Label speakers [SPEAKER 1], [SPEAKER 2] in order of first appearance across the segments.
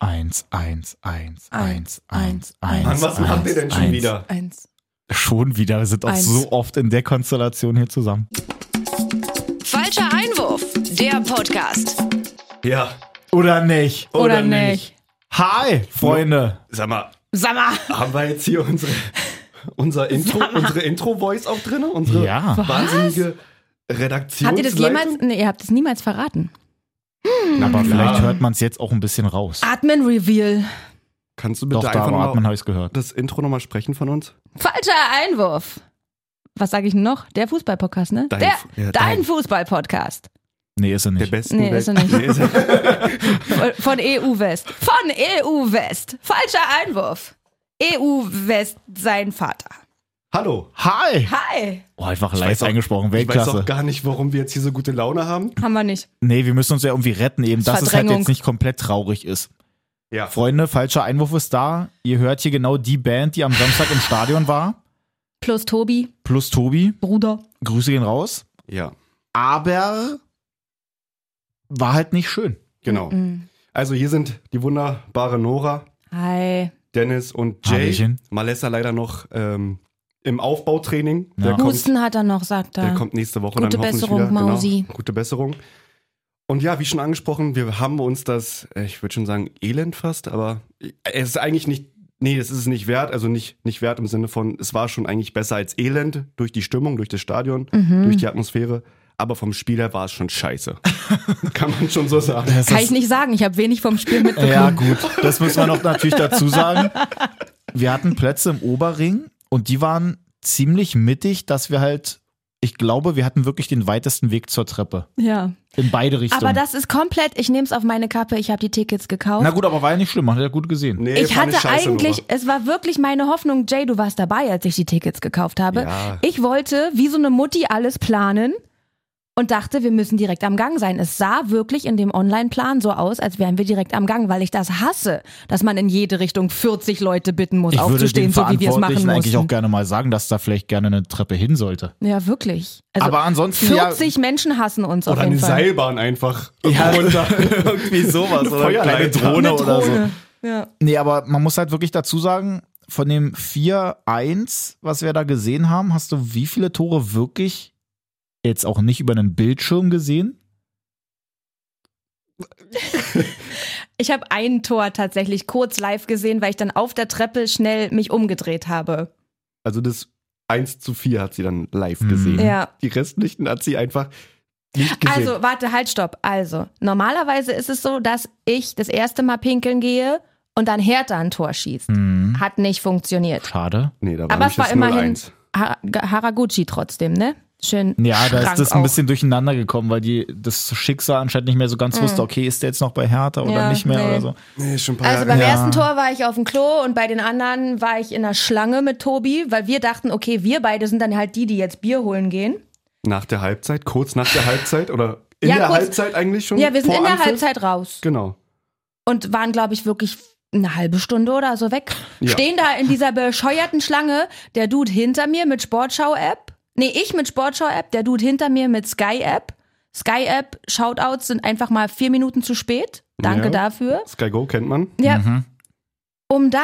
[SPEAKER 1] Eins, eins, eins, eins,
[SPEAKER 2] Eins,
[SPEAKER 1] eins,
[SPEAKER 2] eins,
[SPEAKER 1] eins.
[SPEAKER 2] Mann,
[SPEAKER 3] was machen wir denn schon
[SPEAKER 1] eins.
[SPEAKER 3] wieder?
[SPEAKER 2] Eins.
[SPEAKER 1] Schon wieder. Wir sind auch
[SPEAKER 2] Eins.
[SPEAKER 1] so oft in der Konstellation hier zusammen.
[SPEAKER 4] Falscher Einwurf, der Podcast.
[SPEAKER 3] Ja.
[SPEAKER 1] Oder nicht?
[SPEAKER 2] Oder, nicht.
[SPEAKER 1] Hi, Freunde.
[SPEAKER 3] Sag mal,
[SPEAKER 2] Sag mal.
[SPEAKER 3] haben wir jetzt hier unsere, unser Intro, unsere Intro-Voice auch drin? Unsere
[SPEAKER 1] Ja. Was?
[SPEAKER 3] wahnsinnige Redaktion.
[SPEAKER 2] Habt ihr das jemals? Nee, ihr habt es niemals verraten.
[SPEAKER 1] Aber vielleicht
[SPEAKER 3] klar.
[SPEAKER 1] hört man es jetzt auch ein bisschen raus.
[SPEAKER 2] Atmen Reveal.
[SPEAKER 3] Kannst du bitte
[SPEAKER 1] Doch, da halt-
[SPEAKER 3] einfach
[SPEAKER 1] beim Atmen
[SPEAKER 3] mal
[SPEAKER 1] habe ich es gehört.
[SPEAKER 3] das Intro nochmal sprechen von uns?
[SPEAKER 2] Falscher Einwurf. Was sage ich noch? Der Fußballpodcast, ne?
[SPEAKER 3] Dein
[SPEAKER 2] der,
[SPEAKER 3] Fu-
[SPEAKER 2] dein,
[SPEAKER 3] ja, dein.
[SPEAKER 2] Fußballpodcast.
[SPEAKER 1] Nee, ist er
[SPEAKER 3] Der
[SPEAKER 1] nicht.
[SPEAKER 3] besten
[SPEAKER 2] Nee,
[SPEAKER 3] Welt.
[SPEAKER 2] ist er nicht.
[SPEAKER 3] Nee, ist er-
[SPEAKER 2] Von- Von EU West. Von EU West. Falscher Einwurf. EU West, sein Vater.
[SPEAKER 3] Hallo.
[SPEAKER 1] Hi.
[SPEAKER 2] Hi.
[SPEAKER 1] Oh, einfach
[SPEAKER 3] Ich weiß
[SPEAKER 1] leicht
[SPEAKER 3] auch-
[SPEAKER 1] eingesprochen.
[SPEAKER 3] Ich weiß auch
[SPEAKER 1] Weltklasse.
[SPEAKER 3] gar nicht, warum wir jetzt hier so gute Laune haben.
[SPEAKER 2] Haben wir nicht.
[SPEAKER 1] Nee, wir müssen uns ja irgendwie retten, eben, dass es halt
[SPEAKER 2] Verdrängung.
[SPEAKER 1] jetzt nicht komplett traurig ist.
[SPEAKER 3] Ja.
[SPEAKER 1] Freunde, falscher Einwurf ist da. Ihr hört hier genau die Band, die am Samstag im Stadion war.
[SPEAKER 2] Plus Tobi,
[SPEAKER 1] Plus Tobi.
[SPEAKER 2] Bruder.
[SPEAKER 1] Grüße gehen raus.
[SPEAKER 3] Ja,
[SPEAKER 1] Aber war halt nicht schön.
[SPEAKER 3] genau.
[SPEAKER 2] Mhm.
[SPEAKER 3] Also hier sind die wunderbare Nora,
[SPEAKER 2] Hi.
[SPEAKER 3] Dennis und Jay.
[SPEAKER 1] Hallöchen.
[SPEAKER 3] Malessa leider noch ähm, im Aufbautraining.
[SPEAKER 1] Ja.
[SPEAKER 3] Der, kommt,
[SPEAKER 2] Husten hat er noch, sagt er.
[SPEAKER 3] der kommt nächste Woche
[SPEAKER 2] Gute
[SPEAKER 3] dann hoffentlich
[SPEAKER 2] Besserung,
[SPEAKER 3] wieder.
[SPEAKER 2] Mausi.
[SPEAKER 3] Genau. Gute Besserung. Und ja, wie schon angesprochen, wir haben uns das, äh, ich würde schon sagen, elend fast, aber es ist eigentlich nicht, nee, es ist es nicht wert, also nicht, nicht wert im Sinne von, es war schon eigentlich besser als elend durch die Stimmung, durch das Stadion,
[SPEAKER 2] Mhm.
[SPEAKER 3] durch die Atmosphäre, aber vom Spiel her war es schon scheiße. Kann man schon so sagen.
[SPEAKER 1] Das
[SPEAKER 2] Kann
[SPEAKER 1] ist-
[SPEAKER 2] ich nicht sagen, ich habe wenig vom Spiel mitbekommen.
[SPEAKER 1] Ja, gut. Das müssen wir noch natürlich dazu sagen. Wir hatten Plätze im Oberring und die waren ziemlich mittig, dass wir halt, ich glaube, wir hatten wirklich den weitesten Weg zur Treppe.
[SPEAKER 2] Ja.
[SPEAKER 1] In beide Richtungen.
[SPEAKER 2] Aber das ist komplett, ich nehme es auf meine Kappe, ich habe die Tickets gekauft.
[SPEAKER 1] Na gut, aber war ja nicht schlimm, man hat ja gut gesehen.
[SPEAKER 3] Nee,
[SPEAKER 2] ich
[SPEAKER 3] war eine
[SPEAKER 2] hatte
[SPEAKER 3] Scheiße,
[SPEAKER 2] eigentlich,
[SPEAKER 3] Nora.
[SPEAKER 2] es war wirklich meine Hoffnung, Jay, du warst dabei, als ich die Tickets gekauft habe.
[SPEAKER 3] Ja.
[SPEAKER 2] Ich wollte wie so eine Mutti alles planen und dachte, wir müssen direkt am Gang sein. Es sah wirklich in dem Online-Plan so aus, als wären wir direkt am Gang, weil ich das hasse, dass man in jede Richtung 40 Leute bitten muss,
[SPEAKER 1] Ich würde
[SPEAKER 2] aufzustehen,
[SPEAKER 1] den
[SPEAKER 2] so wie wir es machen
[SPEAKER 1] Verantwortlichen eigentlich auch
[SPEAKER 2] mussten.
[SPEAKER 1] gerne mal sagen, dass da vielleicht gerne eine Treppe hin sollte.
[SPEAKER 2] Ja, wirklich. Also
[SPEAKER 1] aber ansonsten ja,
[SPEAKER 2] 40 Menschen hassen uns auf
[SPEAKER 3] Oder
[SPEAKER 2] jeden
[SPEAKER 3] eine
[SPEAKER 2] Fall.
[SPEAKER 3] Seilbahn einfach.
[SPEAKER 1] Ja.
[SPEAKER 3] runter.
[SPEAKER 1] irgendwie sowas oder eine
[SPEAKER 3] Feuerleiter.
[SPEAKER 1] kleine Drohne,
[SPEAKER 2] Eine
[SPEAKER 1] oder so.
[SPEAKER 2] Drohne. Ja.
[SPEAKER 1] Nee, aber man muss halt wirklich dazu sagen, von dem 4-1, was wir da gesehen haben, hast du wie viele Tore wirklich jetzt auch nicht über einen Bildschirm gesehen?
[SPEAKER 2] Ich habe ein Tor tatsächlich kurz live gesehen, weil ich dann auf der Treppe schnell mich umgedreht habe.
[SPEAKER 3] Also das 1 zu 4 hat sie dann live
[SPEAKER 1] Mhm.
[SPEAKER 3] gesehen.
[SPEAKER 2] Ja.
[SPEAKER 3] Die restlichen hat sie einfach nicht gesehen.
[SPEAKER 2] Also, warte, halt, stopp. Also, normalerweise ist es so, dass ich das erste Mal pinkeln gehe und dann Hertha ein Tor schießt.
[SPEAKER 1] Hm,
[SPEAKER 3] Mhm.
[SPEAKER 2] Hat nicht funktioniert.
[SPEAKER 1] schade.
[SPEAKER 3] nee, da war
[SPEAKER 2] Aber
[SPEAKER 3] nämlich
[SPEAKER 2] es war
[SPEAKER 3] das
[SPEAKER 2] immerhin
[SPEAKER 3] 0-1.
[SPEAKER 2] ha Haraguchi trotzdem, ne? Schön.
[SPEAKER 1] Ja, da
[SPEAKER 2] schrank
[SPEAKER 1] ist das ein
[SPEAKER 2] auch.
[SPEAKER 1] bisschen durcheinander gekommen, weil die das Schicksal anscheinend nicht mehr so ganz wusste, okay, ist der jetzt noch bei Hertha oder
[SPEAKER 2] Mhm. Ja,
[SPEAKER 1] nicht mehr
[SPEAKER 2] nee.
[SPEAKER 1] oder so.
[SPEAKER 3] Nee, schon ein paar
[SPEAKER 2] Also
[SPEAKER 3] Jahre.
[SPEAKER 2] beim
[SPEAKER 1] Ja.
[SPEAKER 2] ersten Tor war ich auf dem Klo und bei den anderen war ich in der Schlange mit Tobi, weil wir dachten, okay, wir beide sind dann halt die, die jetzt Bier holen gehen.
[SPEAKER 3] Nach der Halbzeit, kurz nach der Halbzeit oder in
[SPEAKER 2] Ja,
[SPEAKER 3] der
[SPEAKER 2] kurz-
[SPEAKER 3] Halbzeit eigentlich schon?
[SPEAKER 2] Ja, wir sind
[SPEAKER 3] vor
[SPEAKER 2] in der
[SPEAKER 3] Anpfiff?
[SPEAKER 2] Halbzeit raus.
[SPEAKER 3] Genau.
[SPEAKER 2] und waren, glaube ich, wirklich eine halbe Stunde oder so weg.
[SPEAKER 3] Ja.
[SPEAKER 2] Stehen da in dieser bescheuerten Schlange, der Dude hinter mir mit Sportschau-App. Nee, ich mit Sportschau-App, der Dude hinter mir mit Sky-App. Sky-App, Shoutouts sind einfach mal vier Minuten zu spät. Danke
[SPEAKER 3] Ja.
[SPEAKER 2] dafür.
[SPEAKER 3] Sky Go kennt man.
[SPEAKER 2] Ja,
[SPEAKER 1] Mhm.
[SPEAKER 2] um dann,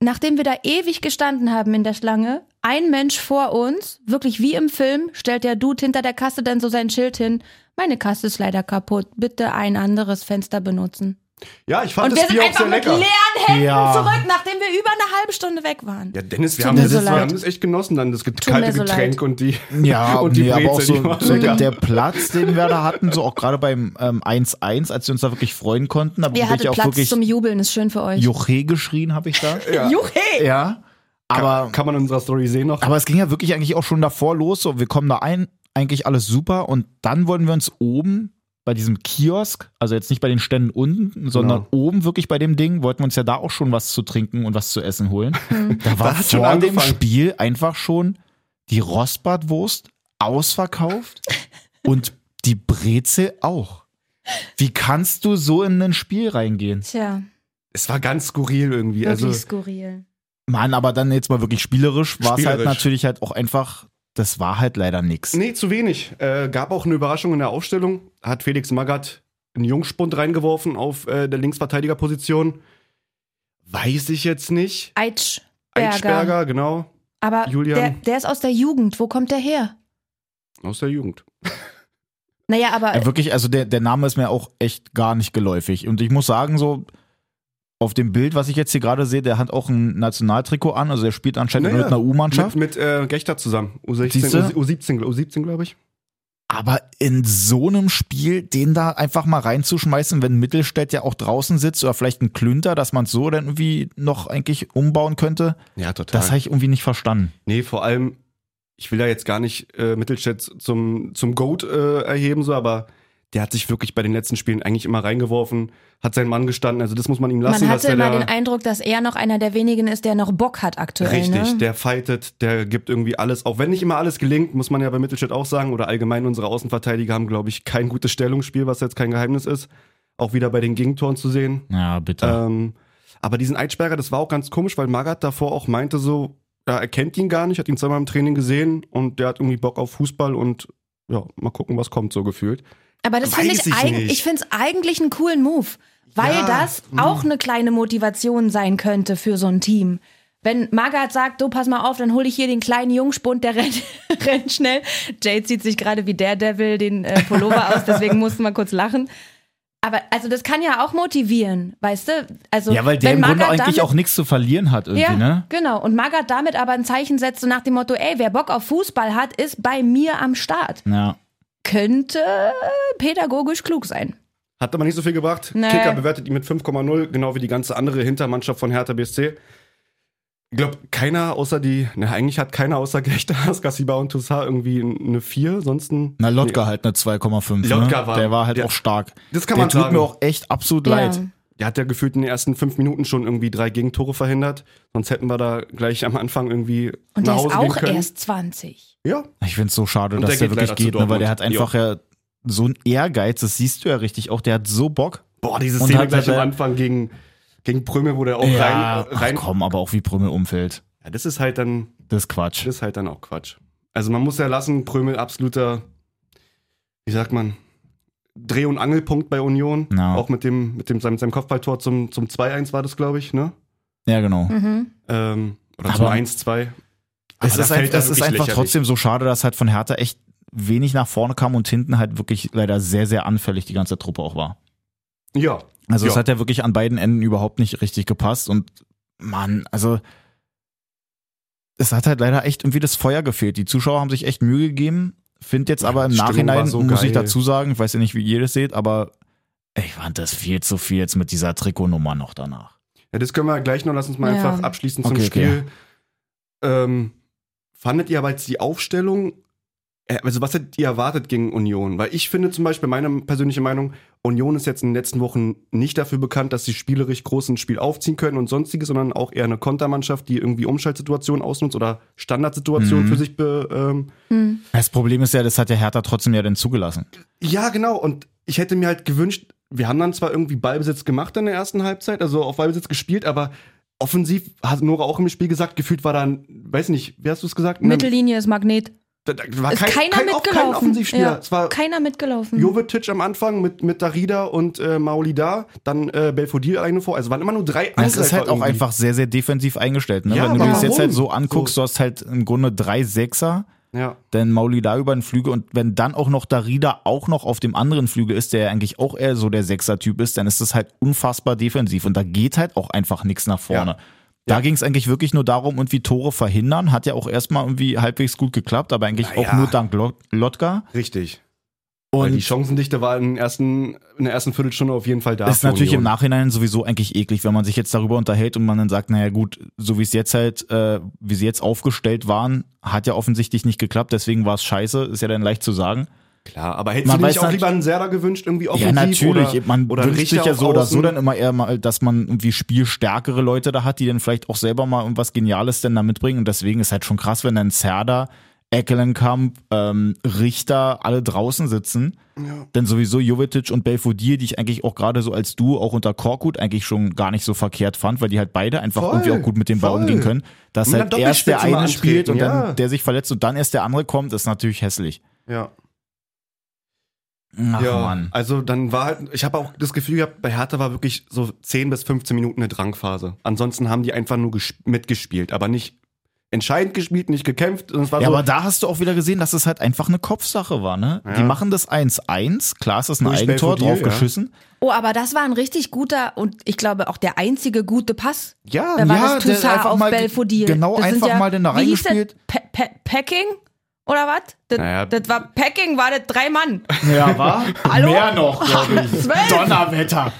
[SPEAKER 2] nachdem wir da ewig gestanden haben in der Schlange, ein Mensch vor uns, wirklich wie im Film, stellt der Dude hinter der Kasse dann so sein Schild hin. Meine Kasse ist leider kaputt. Bitte ein anderes Fenster benutzen.
[SPEAKER 3] Ja, ich fand
[SPEAKER 2] Und wir
[SPEAKER 3] das
[SPEAKER 2] sind
[SPEAKER 3] Bier auch
[SPEAKER 2] einfach
[SPEAKER 3] sehr
[SPEAKER 2] mit
[SPEAKER 3] lecker.
[SPEAKER 2] leeren Händen
[SPEAKER 1] Ja.
[SPEAKER 2] zurück, nachdem wir über eine halbe Stunde weg waren.
[SPEAKER 3] Ja, Dennis, wir
[SPEAKER 2] Tut
[SPEAKER 3] haben,
[SPEAKER 2] mir
[SPEAKER 3] das,
[SPEAKER 2] so
[SPEAKER 3] wir
[SPEAKER 2] leid.
[SPEAKER 3] haben das echt genossen, dann das get-
[SPEAKER 2] Tut
[SPEAKER 3] kalte
[SPEAKER 2] mir so
[SPEAKER 3] Getränk
[SPEAKER 2] leid.
[SPEAKER 3] und die,
[SPEAKER 1] Ja,
[SPEAKER 3] und die
[SPEAKER 1] nee, aber auch
[SPEAKER 3] Brezel, die
[SPEAKER 1] so,
[SPEAKER 3] waren
[SPEAKER 1] so
[SPEAKER 3] lecker.
[SPEAKER 1] der Platz, den wir da hatten, so auch gerade beim ähm, 1-1, als wir uns da wirklich freuen konnten, da
[SPEAKER 2] Ihr
[SPEAKER 1] bin ich
[SPEAKER 2] hattet
[SPEAKER 1] auch
[SPEAKER 2] Platz
[SPEAKER 1] wirklich
[SPEAKER 2] zum Jubeln, ist schön für euch.
[SPEAKER 1] Juche geschrien, habe ich da.
[SPEAKER 3] Ja.
[SPEAKER 2] Juche!
[SPEAKER 1] ja, aber
[SPEAKER 3] Kann man in unserer Story sehen noch.
[SPEAKER 1] Aber es ging ja wirklich eigentlich auch schon davor los. So, wir kommen da ein, eigentlich alles super. Und dann wollen wir uns oben bei diesem Kiosk, also jetzt nicht bei den Ständen unten, sondern
[SPEAKER 3] Genau.
[SPEAKER 1] oben wirklich bei dem Ding, wollten wir uns ja da auch schon was zu trinken und was zu essen holen.
[SPEAKER 2] Hm,
[SPEAKER 1] Da war
[SPEAKER 3] Da hat's schon
[SPEAKER 1] vor dem
[SPEAKER 3] angefangen.
[SPEAKER 1] Spiel einfach schon die Rostbratwurst ausverkauft und die Brezel auch. Wie kannst du so in ein Spiel reingehen?
[SPEAKER 2] Tja,
[SPEAKER 3] Es war ganz skurril irgendwie.
[SPEAKER 2] wirklich
[SPEAKER 3] Also,
[SPEAKER 2] skurril.
[SPEAKER 1] Mann, aber dann jetzt mal wirklich spielerisch war es halt
[SPEAKER 3] Spielerisch.
[SPEAKER 1] natürlich halt auch einfach, das war halt leider nix.
[SPEAKER 3] Nee, zu wenig. Äh, gab auch eine Überraschung in der Aufstellung. Hat Felix Magath einen Jungspund reingeworfen auf äh, der Linksverteidigerposition. Weiß ich jetzt nicht.
[SPEAKER 2] Eitschberger.
[SPEAKER 3] Eichsberger, genau.
[SPEAKER 2] Aber
[SPEAKER 3] Julian.
[SPEAKER 2] Der, der ist aus der Jugend. Wo kommt der her?
[SPEAKER 3] Aus der Jugend.
[SPEAKER 2] Naja, aber
[SPEAKER 1] Ja, wirklich, also der, der Name ist mir auch echt gar nicht geläufig. Und ich muss sagen, so auf dem Bild, was ich jetzt hier gerade sehe, der hat auch ein Nationaltrikot an. Also der spielt anscheinend
[SPEAKER 3] Naja,
[SPEAKER 1] mit einer
[SPEAKER 3] Mit,
[SPEAKER 1] U-Mannschaft.
[SPEAKER 3] mit äh, Gechter zusammen. U16,
[SPEAKER 1] Siehste?
[SPEAKER 3] U17, U17 glaube ich.
[SPEAKER 1] Aber in so einem Spiel, den da einfach mal reinzuschmeißen, wenn Mittelstädt ja auch draußen sitzt oder vielleicht ein Klünter, dass man es so dann irgendwie noch eigentlich umbauen könnte,
[SPEAKER 3] Ja, total.
[SPEAKER 1] das habe ich irgendwie nicht verstanden.
[SPEAKER 3] Nee, vor allem, ich will da jetzt gar nicht äh, Mittelstädt zum, zum Goat äh, erheben, so, aber der hat sich wirklich bei den letzten Spielen eigentlich immer reingeworfen, hat seinen Mann gestanden, also das muss man ihm lassen,
[SPEAKER 2] man
[SPEAKER 3] dass
[SPEAKER 2] hatte
[SPEAKER 3] der
[SPEAKER 2] immer
[SPEAKER 3] da.
[SPEAKER 2] den Eindruck, dass er noch einer der wenigen ist, der noch Bock hat aktuell.
[SPEAKER 3] Richtig,
[SPEAKER 2] ne?
[SPEAKER 3] der fightet, der gibt irgendwie alles. Auch wenn nicht immer alles gelingt, muss man ja bei Mittelstädt auch sagen, oder allgemein unsere Außenverteidiger haben, glaube ich, kein gutes Stellungsspiel, was jetzt kein Geheimnis ist. Auch wieder bei den Gegentoren zu sehen.
[SPEAKER 1] Ja, bitte.
[SPEAKER 3] Ähm, aber diesen Eidsperger, das war auch ganz komisch, weil Magath davor auch meinte so, ja, er kennt ihn gar nicht, hat ihn zweimal im Training gesehen und der hat irgendwie Bock auf Fußball und ja, mal gucken, was kommt, so gefühlt.
[SPEAKER 2] Aber das finde
[SPEAKER 3] Weiß
[SPEAKER 2] ich,
[SPEAKER 3] ich
[SPEAKER 2] eig-
[SPEAKER 3] nicht.
[SPEAKER 2] ich finde es eigentlich einen coolen Move, weil
[SPEAKER 3] Ja,
[SPEAKER 2] das
[SPEAKER 1] Mhm.
[SPEAKER 2] auch eine kleine Motivation sein könnte für so ein Team. Wenn Magath sagt, du pass mal auf, dann hole ich hier den kleinen Jungspund, der rennt, rennt schnell. Jade zieht sich gerade wie Daredevil den äh, Pullover aus, deswegen mussten wir kurz lachen. Aber also das kann ja auch motivieren, weißt du? Also
[SPEAKER 1] ja, weil der
[SPEAKER 2] wenn
[SPEAKER 1] im Grunde
[SPEAKER 2] Magath
[SPEAKER 1] eigentlich
[SPEAKER 2] damit,
[SPEAKER 1] auch nichts zu verlieren hat irgendwie,
[SPEAKER 2] ja,
[SPEAKER 1] ne?
[SPEAKER 2] genau. Und Magath damit aber ein Zeichen setzt so nach dem Motto, ey, wer Bock auf Fußball hat, ist bei mir am Start
[SPEAKER 1] Ja.
[SPEAKER 2] könnte äh, pädagogisch klug sein.
[SPEAKER 3] Hat aber nicht so viel gebracht.
[SPEAKER 2] Nee.
[SPEAKER 3] Kicker bewertet ihn mit 5,0, genau wie die ganze andere Hintermannschaft von Hertha BSC. Ich glaube, keiner außer die, ne, eigentlich hat keiner außer Gechter, Haskasiba und Toussaint irgendwie eine 4, sonst ein.
[SPEAKER 1] Na, Lotka halt eine 2,5.
[SPEAKER 3] Lotka
[SPEAKER 1] Ne?
[SPEAKER 3] war-
[SPEAKER 1] Der war halt
[SPEAKER 3] der-
[SPEAKER 1] auch stark.
[SPEAKER 3] Das kann
[SPEAKER 1] der
[SPEAKER 3] man
[SPEAKER 1] tut
[SPEAKER 3] sagen.
[SPEAKER 1] mir auch echt absolut leid.
[SPEAKER 3] Der hat ja gefühlt in den ersten fünf Minuten schon irgendwie drei Gegentore verhindert. Sonst hätten wir da gleich am Anfang irgendwie
[SPEAKER 2] Und der
[SPEAKER 3] nach
[SPEAKER 2] ist
[SPEAKER 3] Hause gehen
[SPEAKER 2] auch
[SPEAKER 3] können.
[SPEAKER 2] erst 20.
[SPEAKER 3] Ja,
[SPEAKER 1] Ich finde es so schade,
[SPEAKER 3] Und
[SPEAKER 1] dass der,
[SPEAKER 3] der geht leider
[SPEAKER 1] wirklich
[SPEAKER 3] zu
[SPEAKER 1] geht, ne? weil
[SPEAKER 3] Dortmund.
[SPEAKER 1] der hat einfach ja. so einen Ehrgeiz, das siehst du ja richtig auch, der hat so Bock.
[SPEAKER 3] Boah, diese
[SPEAKER 1] Und
[SPEAKER 3] Szene
[SPEAKER 1] hat
[SPEAKER 3] gleich
[SPEAKER 1] er-
[SPEAKER 3] am Anfang gegen, gegen Prömel, wo der auch rein.
[SPEAKER 1] ach
[SPEAKER 3] rein
[SPEAKER 1] komm, aber auch wie Prümmel umfällt.
[SPEAKER 3] ja, das ist halt dann,
[SPEAKER 1] Das ist Quatsch.
[SPEAKER 3] das ist halt dann auch Quatsch. Also man muss ja lassen, Prömel absoluter, wie sagt man, Dreh- und Angelpunkt bei Union.
[SPEAKER 1] Ja.
[SPEAKER 3] Auch mit dem, mit dem seinem, seinem Kopfballtor zum, zum 2-1 war das, glaube ich, ne?
[SPEAKER 1] ja, genau.
[SPEAKER 2] Mhm.
[SPEAKER 3] Ähm, oder
[SPEAKER 1] Aber-
[SPEAKER 3] zum 1-2.
[SPEAKER 1] Es
[SPEAKER 3] Aber
[SPEAKER 1] ist,
[SPEAKER 3] da
[SPEAKER 1] ein,
[SPEAKER 3] fällt er
[SPEAKER 1] es ist
[SPEAKER 3] wirklich
[SPEAKER 1] einfach
[SPEAKER 3] lächerlich.
[SPEAKER 1] trotzdem so schade, dass halt von Hertha echt wenig nach vorne kam und hinten halt wirklich leider sehr, sehr anfällig die ganze Truppe auch war.
[SPEAKER 3] Ja.
[SPEAKER 1] Also es
[SPEAKER 3] Ja.
[SPEAKER 1] hat ja wirklich an beiden Enden überhaupt nicht richtig gepasst und Mann, also es hat halt leider echt irgendwie das Feuer gefehlt. Die Zuschauer haben sich echt Mühe gegeben, finde jetzt aber im
[SPEAKER 3] Die Stimmung war
[SPEAKER 1] Nachhinein,
[SPEAKER 3] so
[SPEAKER 1] muss ich
[SPEAKER 3] geil.
[SPEAKER 1] dazu sagen, ich weiß ja nicht, wie ihr das seht, aber ich fand das viel zu viel jetzt mit dieser Trikotnummer noch danach.
[SPEAKER 3] Ja, das können wir gleich noch. Lass uns
[SPEAKER 2] Ja.
[SPEAKER 3] mal einfach abschließen zum
[SPEAKER 1] Okay,
[SPEAKER 3] Spiel. Ähm, fandet ihr aber jetzt die Aufstellung, äh, also was hättet ihr erwartet gegen Union? Weil ich finde zum Beispiel, meine persönliche Meinung, Union ist jetzt in den letzten Wochen nicht dafür bekannt, dass sie spielerisch groß ins Spiel aufziehen können und sonstiges, sondern auch eher eine Kontermannschaft, die irgendwie Umschaltsituationen ausnutzt oder Standardsituationen
[SPEAKER 1] Mhm.
[SPEAKER 3] für sich be, ähm,
[SPEAKER 2] Hm.
[SPEAKER 1] Das Problem ist ja, das hat ja Hertha trotzdem ja dann zugelassen.
[SPEAKER 3] Ja, genau. Und ich hätte mir halt gewünscht, wir haben dann zwar irgendwie Ballbesitz gemacht in der ersten Halbzeit, also auf Ballbesitz gespielt, aber offensiv hat Nora auch im Spiel gesagt, gefühlt war dann, weiß nicht, wie hast du es gesagt?
[SPEAKER 2] Mittellinie ist Magnet.
[SPEAKER 3] Da, da war
[SPEAKER 2] Ist
[SPEAKER 3] kein,
[SPEAKER 2] keiner
[SPEAKER 3] kein, auch
[SPEAKER 2] mitgelaufen.
[SPEAKER 3] kein Offensivspieler.
[SPEAKER 2] Ja.
[SPEAKER 3] Es war
[SPEAKER 2] Keiner mitgelaufen.
[SPEAKER 3] Jovetic am Anfang mit, mit Darida und äh, Maolida, dann äh, Belfodil alleine vor. Also waren immer nur drei
[SPEAKER 1] Es ist
[SPEAKER 3] Angreifer
[SPEAKER 1] halt auch
[SPEAKER 3] irgendwie.
[SPEAKER 1] einfach sehr, sehr defensiv eingestellt. Ne?
[SPEAKER 3] Ja,
[SPEAKER 1] Wenn du
[SPEAKER 3] aber
[SPEAKER 1] dir das jetzt
[SPEAKER 3] warum?
[SPEAKER 1] halt so anguckst,
[SPEAKER 3] So.
[SPEAKER 1] du hast halt im Grunde drei Sechser,
[SPEAKER 3] Ja.
[SPEAKER 1] dann Mauli da über den Flügel und wenn dann auch noch Darida auch noch auf dem anderen Flügel ist, der ja eigentlich auch eher so der Sechser-Typ ist, dann ist das halt unfassbar defensiv und da geht halt auch einfach nichts nach vorne. Da ging es eigentlich wirklich nur darum, irgendwie Tore verhindern. Hat ja auch erstmal irgendwie halbwegs gut geklappt, aber eigentlich
[SPEAKER 3] Naja.
[SPEAKER 1] auch nur dank Lot Lotka.
[SPEAKER 3] Richtig. Weil die
[SPEAKER 1] Und
[SPEAKER 3] Chancendichte war in, den ersten, in der ersten Viertelstunde auf jeden Fall da.
[SPEAKER 1] ist
[SPEAKER 3] für
[SPEAKER 1] natürlich im
[SPEAKER 3] Union.
[SPEAKER 1] Nachhinein sowieso eigentlich eklig, wenn man sich jetzt darüber unterhält und man dann sagt, naja gut, so wie es jetzt halt, äh, wie sie jetzt aufgestellt waren, hat ja offensichtlich nicht geklappt, deswegen war es scheiße, ist ja dann leicht zu sagen.
[SPEAKER 3] Klar, aber hättest
[SPEAKER 1] Man
[SPEAKER 3] du dir nicht
[SPEAKER 1] weiß
[SPEAKER 3] auch
[SPEAKER 1] nat-
[SPEAKER 3] lieber einen Serda gewünscht, irgendwie offensiv?
[SPEAKER 1] Ja, natürlich.
[SPEAKER 3] Oder,
[SPEAKER 1] man
[SPEAKER 3] oder einen
[SPEAKER 1] wünscht sich
[SPEAKER 3] Richter
[SPEAKER 1] ja
[SPEAKER 3] auf
[SPEAKER 1] so oder
[SPEAKER 3] Außen?
[SPEAKER 1] so dann immer eher mal, dass man irgendwie spielstärkere Leute da hat, die dann vielleicht auch selber mal irgendwas Geniales denn da mitbringen. Und deswegen ist halt schon krass, wenn dann Zerda, Eckelenkamp, ähm, Richter alle draußen sitzen. Denn sowieso Jovetic und Belfodil, die ich eigentlich auch gerade so als Duo auch unter Korkut eigentlich schon gar nicht so verkehrt fand, weil die halt beide einfach
[SPEAKER 3] Voll,
[SPEAKER 1] irgendwie auch gut mit dem Ball
[SPEAKER 3] voll.
[SPEAKER 1] umgehen können. Dass
[SPEAKER 3] Mit einer
[SPEAKER 1] halt erst der
[SPEAKER 3] Doppelspitze mal
[SPEAKER 1] eine spielt und
[SPEAKER 3] antreten, ja.
[SPEAKER 1] dann der sich verletzt und dann erst der andere kommt, ist natürlich hässlich.
[SPEAKER 3] Ja.
[SPEAKER 1] Ach
[SPEAKER 3] ja,
[SPEAKER 1] Mann.
[SPEAKER 3] also dann war halt, ich habe auch das Gefühl gehabt, bei Hertha war wirklich so 10 bis 15 Minuten eine Drangphase. Ansonsten haben die einfach nur ges- mitgespielt, aber nicht entscheidend gespielt, nicht gekämpft. Und es war
[SPEAKER 1] Ja,
[SPEAKER 3] so,
[SPEAKER 1] aber da hast du auch wieder gesehen, dass es halt einfach eine Kopfsache war, ne?
[SPEAKER 3] Also Ja.
[SPEAKER 1] Die machen das 1-1, klar ist das ein
[SPEAKER 3] Durch
[SPEAKER 1] Eigentor,
[SPEAKER 3] Belfodil,
[SPEAKER 1] drauf
[SPEAKER 3] ja.
[SPEAKER 1] geschissen.
[SPEAKER 2] Oh, aber das war ein richtig guter und ich glaube auch der einzige gute Pass.
[SPEAKER 1] Ja,
[SPEAKER 2] Da war
[SPEAKER 1] ja,
[SPEAKER 2] das
[SPEAKER 1] der
[SPEAKER 2] Toussaint
[SPEAKER 1] einfach
[SPEAKER 2] auf
[SPEAKER 1] mal-
[SPEAKER 2] Belfodil.
[SPEAKER 1] genau,
[SPEAKER 2] das
[SPEAKER 1] einfach mal den da
[SPEAKER 2] wie hieß das?
[SPEAKER 1] reingespielt.
[SPEAKER 2] Pe Pe Packing? Oder was? Das,
[SPEAKER 3] Naja.
[SPEAKER 2] das war Packing, war das drei Mann.
[SPEAKER 1] Ja, war?
[SPEAKER 2] Hallo?
[SPEAKER 1] Mehr noch, glaube ich.
[SPEAKER 2] Zwölf.
[SPEAKER 1] Donnerwetter.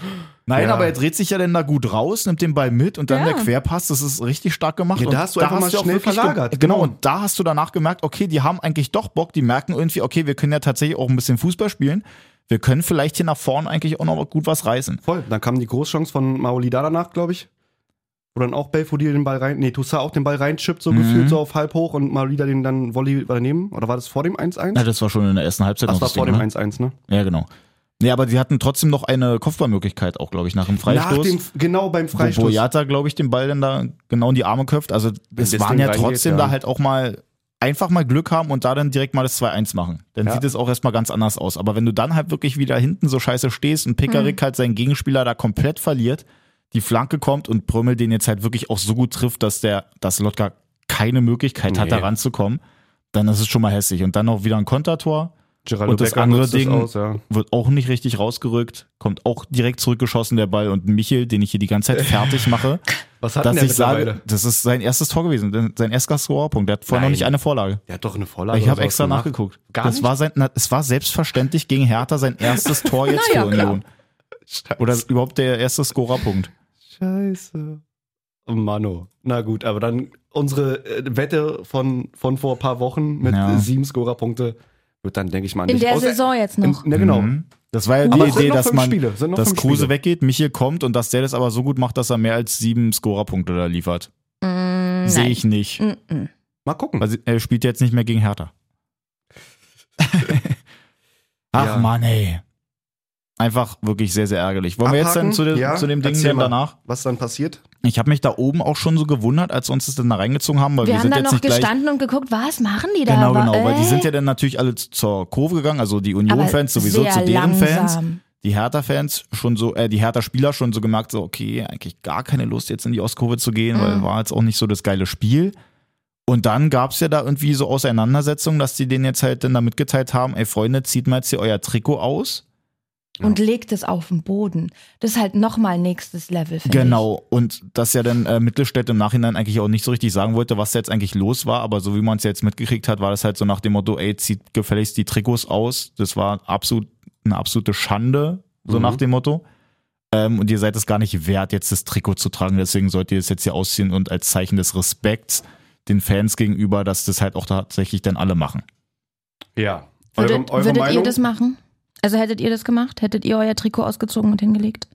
[SPEAKER 1] Nein,
[SPEAKER 3] Ja.
[SPEAKER 1] aber er dreht sich ja dann da gut raus, nimmt den Ball mit und dann der
[SPEAKER 2] Ja.
[SPEAKER 1] Querpass, das ist richtig stark gemacht.
[SPEAKER 3] Ja,
[SPEAKER 1] und
[SPEAKER 3] da hast du einfach mal
[SPEAKER 1] auch
[SPEAKER 3] schnell
[SPEAKER 1] wirklich
[SPEAKER 3] verlagert,
[SPEAKER 1] gem- Genau,
[SPEAKER 3] genau.
[SPEAKER 1] und da hast du danach gemerkt, okay, die haben eigentlich doch Bock, die merken irgendwie, okay, wir können ja tatsächlich auch ein bisschen Fußball spielen. Wir können vielleicht hier nach vorn eigentlich auch noch gut was reißen.
[SPEAKER 3] voll. Dann kam die Großchance von Maolida danach, glaube ich. Wo dann auch Belfodil den Ball rein, nee, Toussaint auch den Ball reinschippt,
[SPEAKER 1] Mhm.
[SPEAKER 3] so gefühlt so auf halb hoch und Maolida den dann Volley war daneben. Oder war das vor dem 1-1?
[SPEAKER 1] Na, das war schon in der ersten Halbzeit
[SPEAKER 3] das
[SPEAKER 1] noch
[SPEAKER 3] war
[SPEAKER 1] das
[SPEAKER 3] vor
[SPEAKER 1] Ding,
[SPEAKER 3] dem
[SPEAKER 1] ne?
[SPEAKER 3] 1-1, ne?
[SPEAKER 1] Ja, genau. Nee, aber sie hatten trotzdem noch eine Kopfballmöglichkeit auch, glaube ich, nach dem Freistoß.
[SPEAKER 3] Nach dem, genau beim
[SPEAKER 1] Wo
[SPEAKER 3] Freistoß.
[SPEAKER 1] Boyata, glaube ich, den Ball dann da genau in die Arme köpft. Also es
[SPEAKER 3] das
[SPEAKER 1] waren
[SPEAKER 3] Ding
[SPEAKER 1] ja
[SPEAKER 3] reingeht,
[SPEAKER 1] trotzdem
[SPEAKER 3] ja.
[SPEAKER 1] da halt auch mal einfach mal Glück haben und da dann direkt mal das 2-1 machen. Dann
[SPEAKER 3] Ja.
[SPEAKER 1] sieht es auch erstmal ganz anders aus. Aber wenn du dann halt wirklich wieder hinten so scheiße stehst und Pickerick halt seinen Gegenspieler da komplett verliert, die Flanke kommt und Prömmel den jetzt halt wirklich auch so gut trifft, dass der, dass Lotka keine Möglichkeit hat,
[SPEAKER 3] Nee.
[SPEAKER 1] da ranzukommen, dann ist es schon mal hässlich. Und dann noch wieder ein Kontertor
[SPEAKER 3] Geraldo
[SPEAKER 1] Und das
[SPEAKER 3] Becker
[SPEAKER 1] andere
[SPEAKER 3] nutzt
[SPEAKER 1] Ding-
[SPEAKER 3] Aus, ja.
[SPEAKER 1] wird auch nicht richtig rausgerückt, kommt auch direkt zurückgeschossen der Ball und Michel, den ich hier die ganze Zeit fertig mache,
[SPEAKER 3] Was hat denn
[SPEAKER 1] dass
[SPEAKER 3] der
[SPEAKER 1] ich sage,
[SPEAKER 3] mittlerweile?
[SPEAKER 1] das ist sein erstes Tor gewesen, sein erster Scorerpunkt. Der hat vorher noch
[SPEAKER 3] Nein.
[SPEAKER 1] nicht eine Vorlage.
[SPEAKER 3] Der hat doch eine Vorlage.
[SPEAKER 1] ich
[SPEAKER 3] oder
[SPEAKER 1] habe
[SPEAKER 3] sowas
[SPEAKER 1] extra
[SPEAKER 3] gemacht.
[SPEAKER 1] nachgeguckt.
[SPEAKER 3] Gar
[SPEAKER 1] das
[SPEAKER 3] nicht?
[SPEAKER 1] war sein, na, es war selbstverständlich gegen Hertha sein erstes Tor jetzt
[SPEAKER 2] Naja,
[SPEAKER 1] für
[SPEAKER 2] klar.
[SPEAKER 1] Union. Oder überhaupt der erste Scorerpunkt.
[SPEAKER 3] Scheiße. Mano. Na gut, aber dann unsere äh, Wette von, von vor ein paar Wochen mit
[SPEAKER 1] Ja.
[SPEAKER 3] sieben Scorerpunkte wird dann, denke ich mal, nicht.
[SPEAKER 2] In der
[SPEAKER 3] Außer-
[SPEAKER 2] Saison jetzt
[SPEAKER 3] In,
[SPEAKER 2] noch. Mm,
[SPEAKER 3] na genau.
[SPEAKER 1] Mhm. Das war ja die
[SPEAKER 3] Aber es sind
[SPEAKER 1] Idee,
[SPEAKER 3] noch
[SPEAKER 1] dass
[SPEAKER 3] fünf
[SPEAKER 1] man,
[SPEAKER 3] Spiele, sind noch
[SPEAKER 1] dass
[SPEAKER 3] fünf
[SPEAKER 1] Kruse
[SPEAKER 3] Spiele.
[SPEAKER 1] weggeht, Michel kommt und dass der das aber so gut macht, dass er mehr als sieben Scorerpunkte da liefert.
[SPEAKER 2] Mm,
[SPEAKER 1] Sehe
[SPEAKER 2] nein.
[SPEAKER 1] ich nicht.
[SPEAKER 2] Mm -mm.
[SPEAKER 3] Mal gucken.
[SPEAKER 1] Weil sie- er spielt jetzt nicht mehr gegen Hertha. Ach
[SPEAKER 3] Ja.
[SPEAKER 1] Mann, ey. Einfach wirklich sehr, sehr ärgerlich. Wollen wir jetzt
[SPEAKER 3] Abhaken?
[SPEAKER 1] dann zu, dem-
[SPEAKER 3] Ja,
[SPEAKER 1] zu dem Ding
[SPEAKER 3] erzähl
[SPEAKER 1] denn
[SPEAKER 3] mal.
[SPEAKER 1] danach?
[SPEAKER 3] Was dann passiert?
[SPEAKER 1] Ich habe mich da oben auch schon so gewundert, als wir uns das dann da reingezogen haben, weil wir,
[SPEAKER 2] Wir haben
[SPEAKER 1] sind
[SPEAKER 2] da
[SPEAKER 1] jetzt
[SPEAKER 2] noch
[SPEAKER 1] nicht gleich.
[SPEAKER 2] gestanden und geguckt, was machen die da?
[SPEAKER 1] Genau,
[SPEAKER 2] Aber,
[SPEAKER 1] genau, weil die
[SPEAKER 2] äh,
[SPEAKER 1] sind ja dann natürlich alle z- zur Kurve gegangen, also die
[SPEAKER 2] aber
[SPEAKER 1] Union-Fans sowieso
[SPEAKER 2] sehr
[SPEAKER 1] zu deren Fans,
[SPEAKER 2] langsam.
[SPEAKER 1] die Hertha-Fans schon so, äh, die Hertha-Spieler schon so gemerkt, so okay, eigentlich gar keine Lust jetzt in die Ostkurve zu gehen, weil
[SPEAKER 2] Mhm.
[SPEAKER 1] war jetzt auch nicht so das geile Spiel. Und dann gab es ja da irgendwie so Auseinandersetzungen, dass die denen jetzt halt dann da mitgeteilt haben, ey Freunde, zieht mal jetzt hier euer Trikot aus.
[SPEAKER 2] Und legt es auf den Boden. Das ist halt nochmal nächstes Level. finde
[SPEAKER 1] Genau, und dass ja dann äh, Mittelstädt im Nachhinein eigentlich auch nicht so richtig sagen wollte, was da jetzt eigentlich los war, aber so wie man es jetzt mitgekriegt hat, war das halt so nach dem Motto, ey, zieht gefälligst die Trikots aus. Das war absolut, eine absolute Schande, so
[SPEAKER 3] Mhm.
[SPEAKER 1] nach dem Motto. Ähm, und ihr seid es gar nicht wert, jetzt das Trikot zu tragen, deswegen sollt ihr es jetzt hier ausziehen und als Zeichen des Respekts den Fans gegenüber, dass das halt auch tatsächlich dann alle machen.
[SPEAKER 3] Ja.
[SPEAKER 2] Ich. Würdet, würdet ihr das machen? Also hättet ihr das gemacht? Hättet ihr euer Trikot ausgezogen und hingelegt?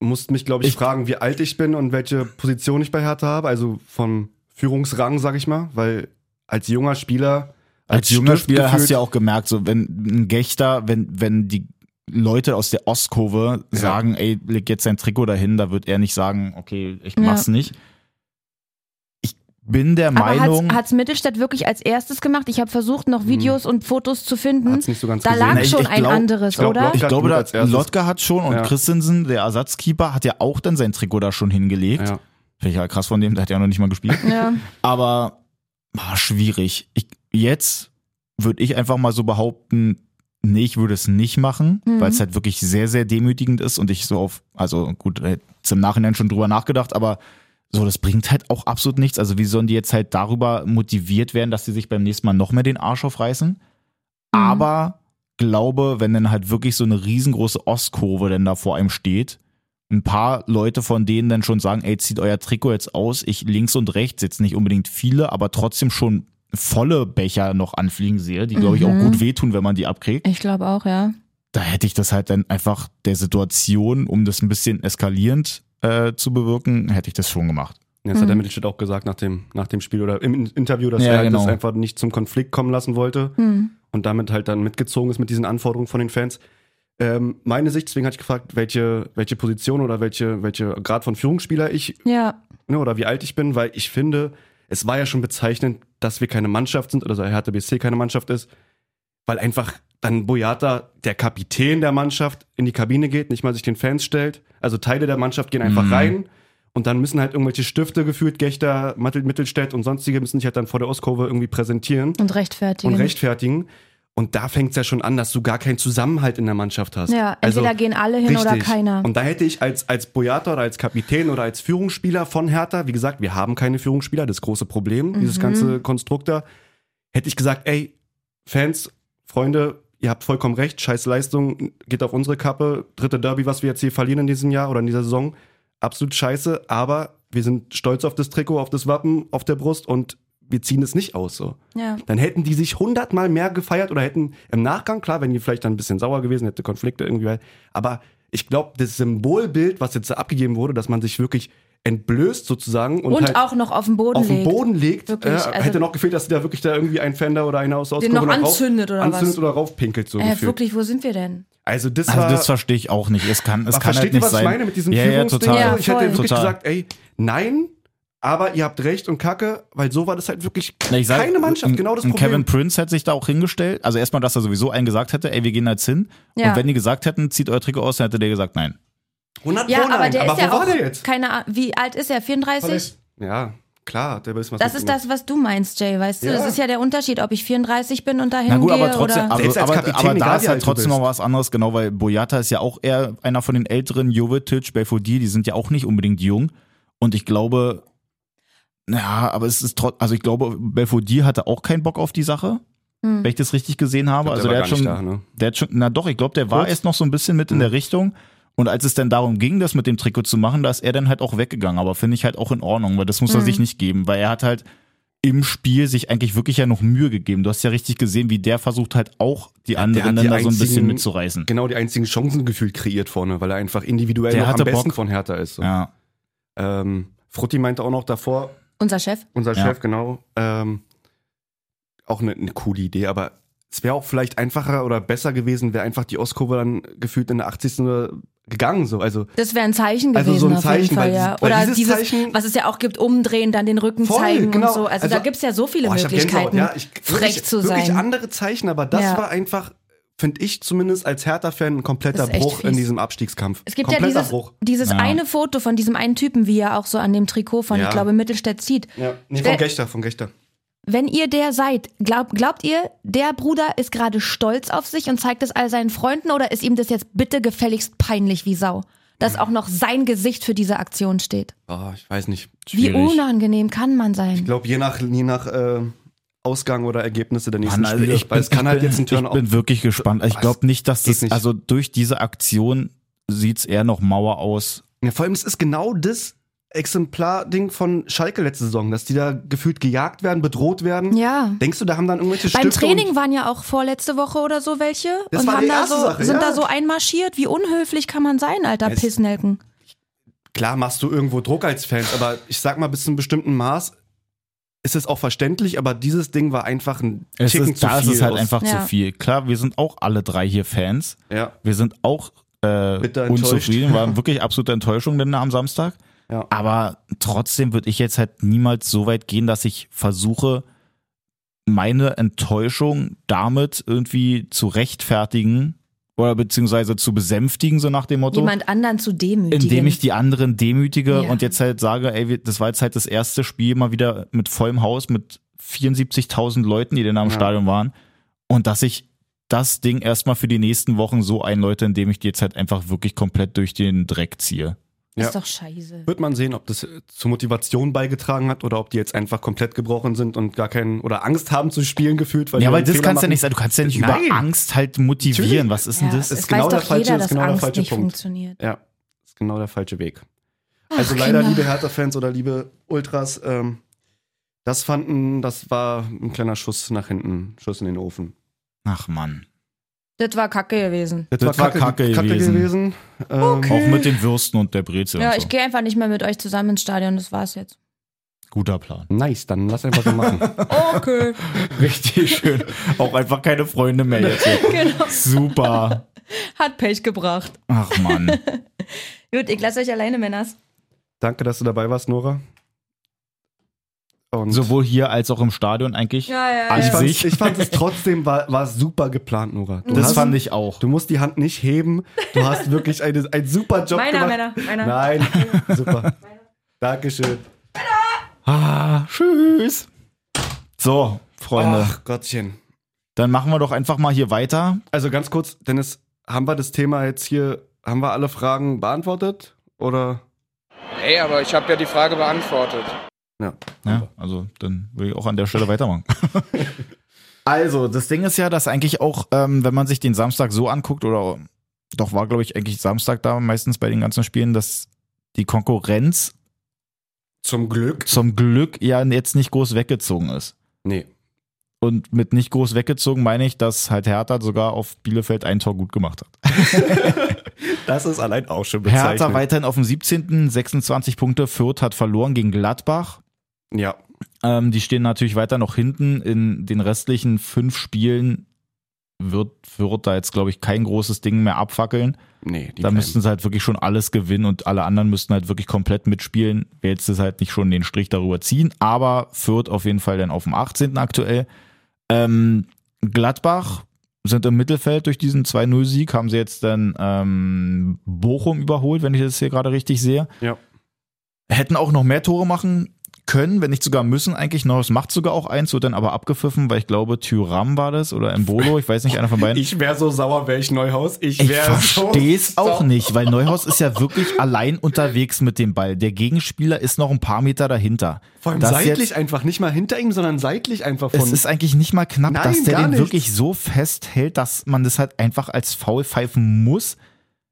[SPEAKER 3] musst mich, glaube ich,
[SPEAKER 1] Ich-
[SPEAKER 3] fragen, wie alt ich bin und welche Position ich bei Hertha habe. Also von Führungsrang, sag ich mal. Weil als junger Spieler.
[SPEAKER 1] Als junger
[SPEAKER 3] Stift
[SPEAKER 1] Spieler hast
[SPEAKER 3] gefühlt-
[SPEAKER 1] du ja auch gemerkt, so wenn ein Gächter, wenn, wenn die Leute aus der Ostkurve
[SPEAKER 3] Ja.
[SPEAKER 1] sagen, ey, leg jetzt dein Trikot dahin, da wird er nicht sagen, okay, ich mach's nicht. Ich bin der Meinung.
[SPEAKER 2] Aber hat's, hat's Mittelstadt wirklich als erstes gemacht? Ich habe versucht, noch Videos und Fotos zu finden.
[SPEAKER 3] Hm. Hat's nicht so ganz
[SPEAKER 2] Da
[SPEAKER 3] gesehen.
[SPEAKER 2] lag
[SPEAKER 1] Nee, ich-
[SPEAKER 2] schon
[SPEAKER 1] ich
[SPEAKER 2] ein
[SPEAKER 1] glaub-
[SPEAKER 2] anderes,
[SPEAKER 3] ich glaub,
[SPEAKER 2] oder?
[SPEAKER 3] Lotka-
[SPEAKER 1] ich glaube,
[SPEAKER 3] Lotka
[SPEAKER 1] da,
[SPEAKER 3] als erstes.
[SPEAKER 1] Lotka hat schon und
[SPEAKER 3] Ja.
[SPEAKER 1] Christensen, der Ersatzkeeper, hat ja auch dann sein Trikot da schon hingelegt.
[SPEAKER 3] Ja.
[SPEAKER 1] Finde ich ja krass von dem, der hat ja noch nicht mal gespielt.
[SPEAKER 2] ja.
[SPEAKER 1] Aber war schwierig. Ich, jetzt würde ich einfach mal so behaupten, nee, ich würde es nicht machen,
[SPEAKER 2] Mhm.
[SPEAKER 1] weil es halt wirklich sehr, sehr demütigend ist und ich so auf, also gut, äh, jetzt im Nachhinein schon drüber nachgedacht, aber so, das bringt halt auch absolut nichts. Also wie sollen die jetzt halt darüber motiviert werden, dass sie sich beim nächsten Mal noch mehr den Arsch aufreißen? Aber glaube, wenn dann halt wirklich so eine riesengroße Ostkurve denn da vor einem steht, ein paar Leute von denen dann schon sagen, ey, zieht euer Trikot jetzt aus, ich links und rechts jetzt nicht unbedingt viele, aber trotzdem schon volle Becher noch anfliegen sehe, die glaube ich
[SPEAKER 2] Mhm.
[SPEAKER 1] auch gut wehtun, wenn man die abkriegt.
[SPEAKER 2] Ich glaube auch, ja.
[SPEAKER 1] Da hätte ich das halt dann einfach der Situation, um das ein bisschen eskalierend äh, zu bewirken, hätte ich das schon gemacht.
[SPEAKER 3] Ja, Das hat der
[SPEAKER 2] Mhm.
[SPEAKER 3] Mittelstädt auch gesagt nach dem, nach dem Spiel oder im In- Interview, dass
[SPEAKER 1] Ja,
[SPEAKER 3] er halt
[SPEAKER 1] genau.
[SPEAKER 3] das einfach nicht zum Konflikt kommen lassen wollte
[SPEAKER 2] Hm.
[SPEAKER 3] und damit halt dann mitgezogen ist mit diesen Anforderungen von den Fans. Ähm, meine Sicht, deswegen hatte ich gefragt, welche, welche Position oder welche, welche Grad von Führungsspieler ich
[SPEAKER 2] Ja.
[SPEAKER 3] ne, oder wie alt ich bin, weil ich finde, es war ja schon bezeichnend, dass wir keine Mannschaft sind oder so Hertha BSC keine Mannschaft ist, weil einfach dann Boyata, der Kapitän der Mannschaft, in die Kabine geht, nicht mal sich den Fans stellt. Also Teile der Mannschaft gehen einfach rein und dann müssen halt irgendwelche Stifte gefühlt, Gächter, Mattel- Mittelstädt und sonstige müssen sich halt dann vor der Ostkurve irgendwie präsentieren
[SPEAKER 2] Und rechtfertigen.
[SPEAKER 3] und rechtfertigen. Und da fängt es ja schon an, dass du gar keinen Zusammenhalt in der Mannschaft hast. Also
[SPEAKER 2] Ja, entweder gehen alle hin oder keiner.
[SPEAKER 3] Und da hätte ich als, als Boyata oder als Kapitän oder als Führungsspieler von Hertha, wie gesagt, wir haben keine Führungsspieler, das große Problem,
[SPEAKER 2] Mhm.
[SPEAKER 3] dieses ganze Konstrukt da, hätte ich gesagt, ey, Fans, Freunde, ihr habt vollkommen recht, scheiß Leistung, geht auf unsere Kappe, dritte Derby, was wir jetzt hier verlieren in diesem Jahr oder in dieser Saison, absolut scheiße, aber wir sind stolz auf das Trikot, auf das Wappen, auf der Brust und wir ziehen es nicht aus so
[SPEAKER 2] ja.
[SPEAKER 3] dann hätten die sich hundertmal mehr gefeiert oder hätten im Nachgang, klar, wenn die vielleicht dann ein bisschen sauer gewesen, hätte Konflikte irgendwie, aber ich glaube, das Symbolbild, was jetzt da abgegeben wurde, dass man sich wirklich entblößt sozusagen und,
[SPEAKER 2] Und,
[SPEAKER 3] halt
[SPEAKER 2] auch noch auf den Boden
[SPEAKER 3] auf den
[SPEAKER 2] legt.
[SPEAKER 3] Boden legt,
[SPEAKER 2] Wirklich,
[SPEAKER 3] äh,
[SPEAKER 2] also-
[SPEAKER 3] hätte noch gefehlt, dass da wirklich da irgendwie ein Fender oder einer aus der
[SPEAKER 2] Den
[SPEAKER 3] Auskurve
[SPEAKER 2] noch
[SPEAKER 3] rauf-
[SPEAKER 2] anzündet oder was?
[SPEAKER 3] anzündet oder raufpinkelt so
[SPEAKER 2] Äh,
[SPEAKER 3] gefühlt.
[SPEAKER 2] wirklich, wo sind wir denn?
[SPEAKER 3] Also das
[SPEAKER 1] Also
[SPEAKER 3] war
[SPEAKER 1] das verstehe ich auch nicht. Es kann, es
[SPEAKER 3] aber
[SPEAKER 1] kann
[SPEAKER 3] versteht
[SPEAKER 1] halt
[SPEAKER 3] ihr,
[SPEAKER 1] nicht
[SPEAKER 3] was
[SPEAKER 1] sein.
[SPEAKER 3] ich meine mit diesem
[SPEAKER 1] ja, ja,
[SPEAKER 3] Führungsding?
[SPEAKER 1] total.
[SPEAKER 2] Ja,
[SPEAKER 3] ich hätte
[SPEAKER 2] voll.
[SPEAKER 3] wirklich
[SPEAKER 1] Total.
[SPEAKER 3] gesagt, ey, nein, aber ihr habt recht und Kacke, weil so war das halt wirklich
[SPEAKER 1] Na, ich sag,
[SPEAKER 3] keine Mannschaft,
[SPEAKER 1] ein-
[SPEAKER 3] genau das
[SPEAKER 1] ein
[SPEAKER 3] Problem.
[SPEAKER 1] Kevin Prince hätte sich da auch hingestellt. Also erstmal, dass er sowieso einen gesagt hätte, ey, wir gehen da jetzt hin.
[SPEAKER 2] Ja.
[SPEAKER 1] Und wenn die gesagt hätten, zieht euer Trikot aus, dann hätte der gesagt, nein.
[SPEAKER 3] 100
[SPEAKER 2] Ja, aber der ist
[SPEAKER 3] wo
[SPEAKER 2] ja
[SPEAKER 3] war
[SPEAKER 2] auch.
[SPEAKER 3] der jetzt?
[SPEAKER 2] Keine Ahnung, wie alt ist er? 34?
[SPEAKER 3] Ja, klar, der ist was
[SPEAKER 2] Das
[SPEAKER 3] mit
[SPEAKER 2] ist
[SPEAKER 3] ihm.
[SPEAKER 2] das, was du meinst, Jay, weißt du?
[SPEAKER 3] Ja.
[SPEAKER 2] Das ist ja der Unterschied, ob ich 34 bin und dahin
[SPEAKER 1] Na gut,
[SPEAKER 2] gehe
[SPEAKER 1] aber trotzdem,
[SPEAKER 2] oder.
[SPEAKER 1] aber,
[SPEAKER 3] Selbst als
[SPEAKER 1] aber,
[SPEAKER 3] Kapitän,
[SPEAKER 1] aber da
[SPEAKER 3] egal wie
[SPEAKER 1] ist halt
[SPEAKER 3] alt du
[SPEAKER 1] trotzdem
[SPEAKER 3] bist.
[SPEAKER 1] noch was anderes, genau, weil Boyata ist ja auch eher einer von den älteren, Jovetic, Belfodil, die sind ja auch nicht unbedingt jung. Und ich glaube, ja, aber es ist trotzdem, also ich glaube, Belfodil hatte auch keinen Bock auf die Sache,
[SPEAKER 2] Hm.
[SPEAKER 1] wenn ich das richtig gesehen habe.
[SPEAKER 3] Ich
[SPEAKER 1] also
[SPEAKER 3] glaub,
[SPEAKER 1] der,
[SPEAKER 3] der
[SPEAKER 1] hat
[SPEAKER 3] war
[SPEAKER 1] schon,
[SPEAKER 3] gar nicht da, ne?
[SPEAKER 1] der hat schon, na doch, ich glaube, der war
[SPEAKER 3] Kurz?
[SPEAKER 1] erst noch so ein bisschen mit in
[SPEAKER 3] Hm.
[SPEAKER 1] der Richtung. Und als es dann darum ging, das mit dem Trikot zu machen, da ist er dann halt auch weggegangen. Aber finde ich halt auch in Ordnung, weil das muss er
[SPEAKER 2] Hm.
[SPEAKER 1] sich nicht geben, weil er hat halt im Spiel sich eigentlich wirklich ja noch Mühe gegeben. Du hast ja richtig gesehen, wie der versucht halt auch die anderen
[SPEAKER 3] hat
[SPEAKER 1] dann
[SPEAKER 3] die
[SPEAKER 1] da so ein bisschen
[SPEAKER 3] einzigen-
[SPEAKER 1] mitzureißen.
[SPEAKER 3] Genau die einzigen Chancen gefühlt kreiert vorne, weil er einfach individuell
[SPEAKER 1] Der
[SPEAKER 3] noch am
[SPEAKER 1] hatte
[SPEAKER 3] besten
[SPEAKER 1] Bock.
[SPEAKER 3] von Hertha ist. So.
[SPEAKER 1] Ja.
[SPEAKER 3] Ähm, Frutti meinte auch noch davor,
[SPEAKER 2] Unser Chef?
[SPEAKER 3] unser
[SPEAKER 1] Ja.
[SPEAKER 3] Chef, genau, ähm, auch eine eine coole Idee, aber es wäre auch vielleicht einfacher oder besser gewesen, wäre einfach die Ostkurve dann gefühlt in der 80. gegangen. So. Also
[SPEAKER 2] Das wäre ein Zeichen gewesen,
[SPEAKER 3] Also so ein
[SPEAKER 2] auf jeden
[SPEAKER 3] Zeichen,
[SPEAKER 2] Fall,
[SPEAKER 3] weil
[SPEAKER 2] ja.
[SPEAKER 3] dieses- weil
[SPEAKER 2] Oder
[SPEAKER 3] dieses
[SPEAKER 2] dieses,
[SPEAKER 3] Zeichen-
[SPEAKER 2] was es ja auch gibt, umdrehen, dann den Rücken
[SPEAKER 3] Voll,
[SPEAKER 2] zeigen
[SPEAKER 3] genau.
[SPEAKER 2] und so. Also, da
[SPEAKER 3] Also-
[SPEAKER 2] gibt es ja so viele
[SPEAKER 3] Boah, ich hab
[SPEAKER 2] Möglichkeiten,
[SPEAKER 3] Gänsehaut, ja. Ich-
[SPEAKER 2] frech
[SPEAKER 3] wirklich-
[SPEAKER 2] zu
[SPEAKER 3] Wirklich
[SPEAKER 2] sein.
[SPEAKER 3] andere Zeichen, aber das
[SPEAKER 2] Ja.
[SPEAKER 3] war einfach, finde ich zumindest als Hertha-Fan, ein kompletter
[SPEAKER 2] Das ist echt
[SPEAKER 3] Bruch in
[SPEAKER 2] fies.
[SPEAKER 3] diesem Abstiegskampf.
[SPEAKER 2] Es gibt ja
[SPEAKER 3] kompletter
[SPEAKER 2] dieses,
[SPEAKER 3] Bruch.
[SPEAKER 2] dieses
[SPEAKER 1] Ja.
[SPEAKER 2] eine Foto von diesem einen Typen, wie er auch so an dem Trikot von,
[SPEAKER 3] Ja.
[SPEAKER 2] ich glaube, Mittelstädt zieht.
[SPEAKER 3] Ja, nee,
[SPEAKER 2] Stell-
[SPEAKER 3] von Gächter, von Gächter.
[SPEAKER 2] Wenn ihr der seid, glaub, glaubt ihr, der Bruder ist gerade stolz auf sich und zeigt es all seinen Freunden oder ist ihm das jetzt bitte gefälligst peinlich wie Sau? Dass auch noch sein Gesicht für diese Aktion steht.
[SPEAKER 3] Oh, ich weiß nicht.
[SPEAKER 2] Wie unangenehm kann man sein?
[SPEAKER 3] Ich glaube, je nach, je nach äh, Ausgang oder Ergebnisse der nächsten
[SPEAKER 1] Mann, also
[SPEAKER 3] Spiele.
[SPEAKER 1] ich bin,
[SPEAKER 3] weil es
[SPEAKER 1] ich
[SPEAKER 3] kann halt
[SPEAKER 1] bin,
[SPEAKER 3] jetzt ein Turn
[SPEAKER 1] Ich bin wirklich gespannt. Ich
[SPEAKER 3] Was?
[SPEAKER 1] glaube nicht, dass
[SPEAKER 3] Geht
[SPEAKER 1] das,
[SPEAKER 3] nicht.
[SPEAKER 1] also durch diese Aktion sieht's eher noch Mauer aus.
[SPEAKER 3] Ja, vor allem, es ist genau das Exemplar-Ding von Schalke letzte Saison, dass die da gefühlt gejagt werden, bedroht werden.
[SPEAKER 2] Ja.
[SPEAKER 3] Denkst du, da haben dann irgendwelche
[SPEAKER 2] Beim
[SPEAKER 3] Stifte
[SPEAKER 2] Training
[SPEAKER 3] und-
[SPEAKER 2] waren ja auch vorletzte Woche oder so welche
[SPEAKER 3] Das
[SPEAKER 2] und
[SPEAKER 3] war
[SPEAKER 2] haben
[SPEAKER 3] die
[SPEAKER 2] da
[SPEAKER 3] erste
[SPEAKER 2] so,
[SPEAKER 3] Sache,
[SPEAKER 2] sind
[SPEAKER 3] ja.
[SPEAKER 2] da so einmarschiert. Wie unhöflich kann man sein, alter
[SPEAKER 3] Es-
[SPEAKER 2] Pissnelken?
[SPEAKER 3] Klar machst du irgendwo Druck als Fan, aber ich sag mal, bis zu einem bestimmten Maß ist es auch verständlich, aber dieses Ding war einfach ein
[SPEAKER 1] Es
[SPEAKER 3] Ticken
[SPEAKER 1] ist,
[SPEAKER 3] zu
[SPEAKER 1] da ist
[SPEAKER 3] viel.
[SPEAKER 1] es halt
[SPEAKER 3] aus-
[SPEAKER 1] einfach
[SPEAKER 2] Ja.
[SPEAKER 1] zu viel. Klar, wir sind auch alle drei hier Fans.
[SPEAKER 3] Ja.
[SPEAKER 1] Wir sind auch äh,
[SPEAKER 3] Bitter enttäuscht.
[SPEAKER 1] unzufrieden, waren wirklich absolute Enttäuschung denn am Samstag.
[SPEAKER 3] Ja.
[SPEAKER 1] Aber trotzdem würde ich jetzt halt niemals so weit gehen, dass ich versuche, meine Enttäuschung damit irgendwie zu rechtfertigen oder beziehungsweise zu besänftigen, so nach dem Motto.
[SPEAKER 2] Jemand anderen zu demütigen.
[SPEAKER 1] Indem ich die anderen demütige
[SPEAKER 2] Ja.
[SPEAKER 1] und jetzt halt sage, ey, wir- das war jetzt halt das erste Spiel mal wieder mit vollem Haus, mit 74.000 Leuten, die denn am
[SPEAKER 3] Ja.
[SPEAKER 1] Stadion waren. Und dass ich das Ding erstmal für die nächsten Wochen so einläute, indem ich die jetzt halt einfach wirklich komplett durch den Dreck ziehe.
[SPEAKER 3] Ja.
[SPEAKER 2] Ist doch scheiße.
[SPEAKER 3] Wird man sehen, ob das äh, zur Motivation beigetragen hat oder ob die jetzt einfach komplett gebrochen sind und gar keinen oder Angst haben zu spielen gefühlt. Weil
[SPEAKER 1] ja,
[SPEAKER 3] die
[SPEAKER 1] weil
[SPEAKER 3] einen
[SPEAKER 1] das
[SPEAKER 3] Fehler
[SPEAKER 1] kannst ja
[SPEAKER 3] machen.
[SPEAKER 1] nicht sein. Du kannst ja nicht
[SPEAKER 3] Nein.
[SPEAKER 1] über Angst halt motivieren.
[SPEAKER 3] Natürlich.
[SPEAKER 1] Was ist denn das?
[SPEAKER 2] es
[SPEAKER 3] ist genau
[SPEAKER 2] weiß
[SPEAKER 3] der
[SPEAKER 2] doch
[SPEAKER 3] falsche-
[SPEAKER 2] jeder,
[SPEAKER 3] ist
[SPEAKER 2] dass
[SPEAKER 3] genau der
[SPEAKER 2] Angst
[SPEAKER 3] falsche
[SPEAKER 2] nicht
[SPEAKER 3] Punkt.
[SPEAKER 2] funktioniert.
[SPEAKER 3] Ja, ist genau der falsche Weg. also leider,
[SPEAKER 2] Kinder.
[SPEAKER 3] liebe Hertha-Fans oder liebe Ultras, ähm, das fanden, das war ein kleiner Schuss nach hinten, Schuss in den Ofen.
[SPEAKER 1] Ach man.
[SPEAKER 2] Das war kacke gewesen.
[SPEAKER 3] Das,
[SPEAKER 1] war Kacke gewesen.
[SPEAKER 3] Ähm,
[SPEAKER 1] Auch mit den Würsten und der Brezel
[SPEAKER 2] Ja,
[SPEAKER 1] und
[SPEAKER 2] ich
[SPEAKER 1] so.
[SPEAKER 2] gehe einfach nicht mehr mit euch zusammen ins Stadion, das war's jetzt.
[SPEAKER 1] Guter Plan.
[SPEAKER 3] Nice, dann lass einfach so machen.
[SPEAKER 2] Okay,
[SPEAKER 1] Richtig schön. Auch einfach keine Freunde mehr jetzt.
[SPEAKER 2] genau.
[SPEAKER 1] Super.
[SPEAKER 2] Hat Pech gebracht.
[SPEAKER 1] Ach man.
[SPEAKER 2] Gut, ich lasse euch alleine, Männers.
[SPEAKER 3] Danke, dass du dabei warst, Nora. Und
[SPEAKER 1] Sowohl hier als auch im Stadion eigentlich.
[SPEAKER 2] Ja, ja,
[SPEAKER 1] an
[SPEAKER 3] ich, fand,
[SPEAKER 1] sich.
[SPEAKER 3] ich fand es trotzdem, war, war super geplant, Nora. Du
[SPEAKER 1] das
[SPEAKER 3] hast-
[SPEAKER 1] fand ich auch.
[SPEAKER 3] Du musst die Hand nicht heben. Du hast wirklich eine, einen super Job
[SPEAKER 2] Meiner,
[SPEAKER 3] gemacht.
[SPEAKER 2] meiner, meiner.
[SPEAKER 3] Nein, super. Dankeschön.
[SPEAKER 1] Ah, tschüss. So, Freunde,
[SPEAKER 3] Ach Gottchen.
[SPEAKER 1] dann machen wir doch einfach mal hier weiter.
[SPEAKER 3] Also ganz kurz, Dennis, haben wir das Thema jetzt hier, haben wir alle Fragen beantwortet? Oder?
[SPEAKER 5] Ey, aber ich habe ja die Frage beantwortet.
[SPEAKER 3] Ja.
[SPEAKER 1] Ja, also dann will ich auch an der Stelle weitermachen. also, das Ding ist ja, dass eigentlich auch, ähm, wenn man sich den Samstag so anguckt, oder doch war, glaube ich, eigentlich Samstag da meistens bei den ganzen Spielen, dass die Konkurrenz
[SPEAKER 3] Zum Glück.
[SPEAKER 1] zum Glück ja jetzt nicht groß weggezogen ist.
[SPEAKER 3] Nee.
[SPEAKER 1] Und mit nicht groß weggezogen meine ich, dass halt Hertha sogar auf Bielefeld ein Tor gut gemacht hat.
[SPEAKER 3] Das ist allein auch schon bezeichnend.
[SPEAKER 1] Hertha weiterhin auf dem 17. 26 Punkte. Fürth hat verloren gegen Gladbach.
[SPEAKER 3] Ja.
[SPEAKER 1] Ähm, die stehen natürlich weiter noch hinten. In den restlichen fünf Spielen wird Fürth da jetzt, glaube ich, kein großes Ding mehr abfackeln.
[SPEAKER 3] Nee, die
[SPEAKER 1] da
[SPEAKER 3] bleiben.
[SPEAKER 1] müssten sie halt wirklich schon alles gewinnen und alle anderen müssten halt wirklich komplett mitspielen. Wer jetzt das halt nicht schon den Strich darüber ziehen, aber Fürth auf jeden Fall dann auf dem 18. aktuell. Ähm, Gladbach sind im Mittelfeld durch diesen 2-0-Sieg, haben sie jetzt dann ähm, Bochum überholt, wenn ich das hier gerade richtig sehe.
[SPEAKER 3] Ja.
[SPEAKER 1] Hätten auch noch mehr Tore machen können, wenn nicht sogar müssen eigentlich. Norris macht sogar auch eins, wird dann aber abgepfiffen, weil ich glaube, Tyram war das oder Embolo, ich weiß nicht, einer von beiden.
[SPEAKER 3] Ich wäre so sauer, wäre ich Neuhaus. Ich
[SPEAKER 1] Ich
[SPEAKER 3] wäre so
[SPEAKER 1] verstehe es auch
[SPEAKER 3] sauer.
[SPEAKER 1] nicht, weil Neuhaus ist ja wirklich allein unterwegs mit dem Ball. Der Gegenspieler ist noch ein paar Meter dahinter.
[SPEAKER 3] Vor allem
[SPEAKER 1] Das
[SPEAKER 3] seitlich
[SPEAKER 1] jetzt-
[SPEAKER 3] einfach, nicht mal hinter ihm, sondern seitlich einfach von.
[SPEAKER 1] Es ist eigentlich nicht mal knapp,
[SPEAKER 3] Nein,
[SPEAKER 1] dass der
[SPEAKER 3] gar
[SPEAKER 1] den
[SPEAKER 3] nicht.
[SPEAKER 1] wirklich so festhält, dass man das halt einfach als Foul pfeifen muss.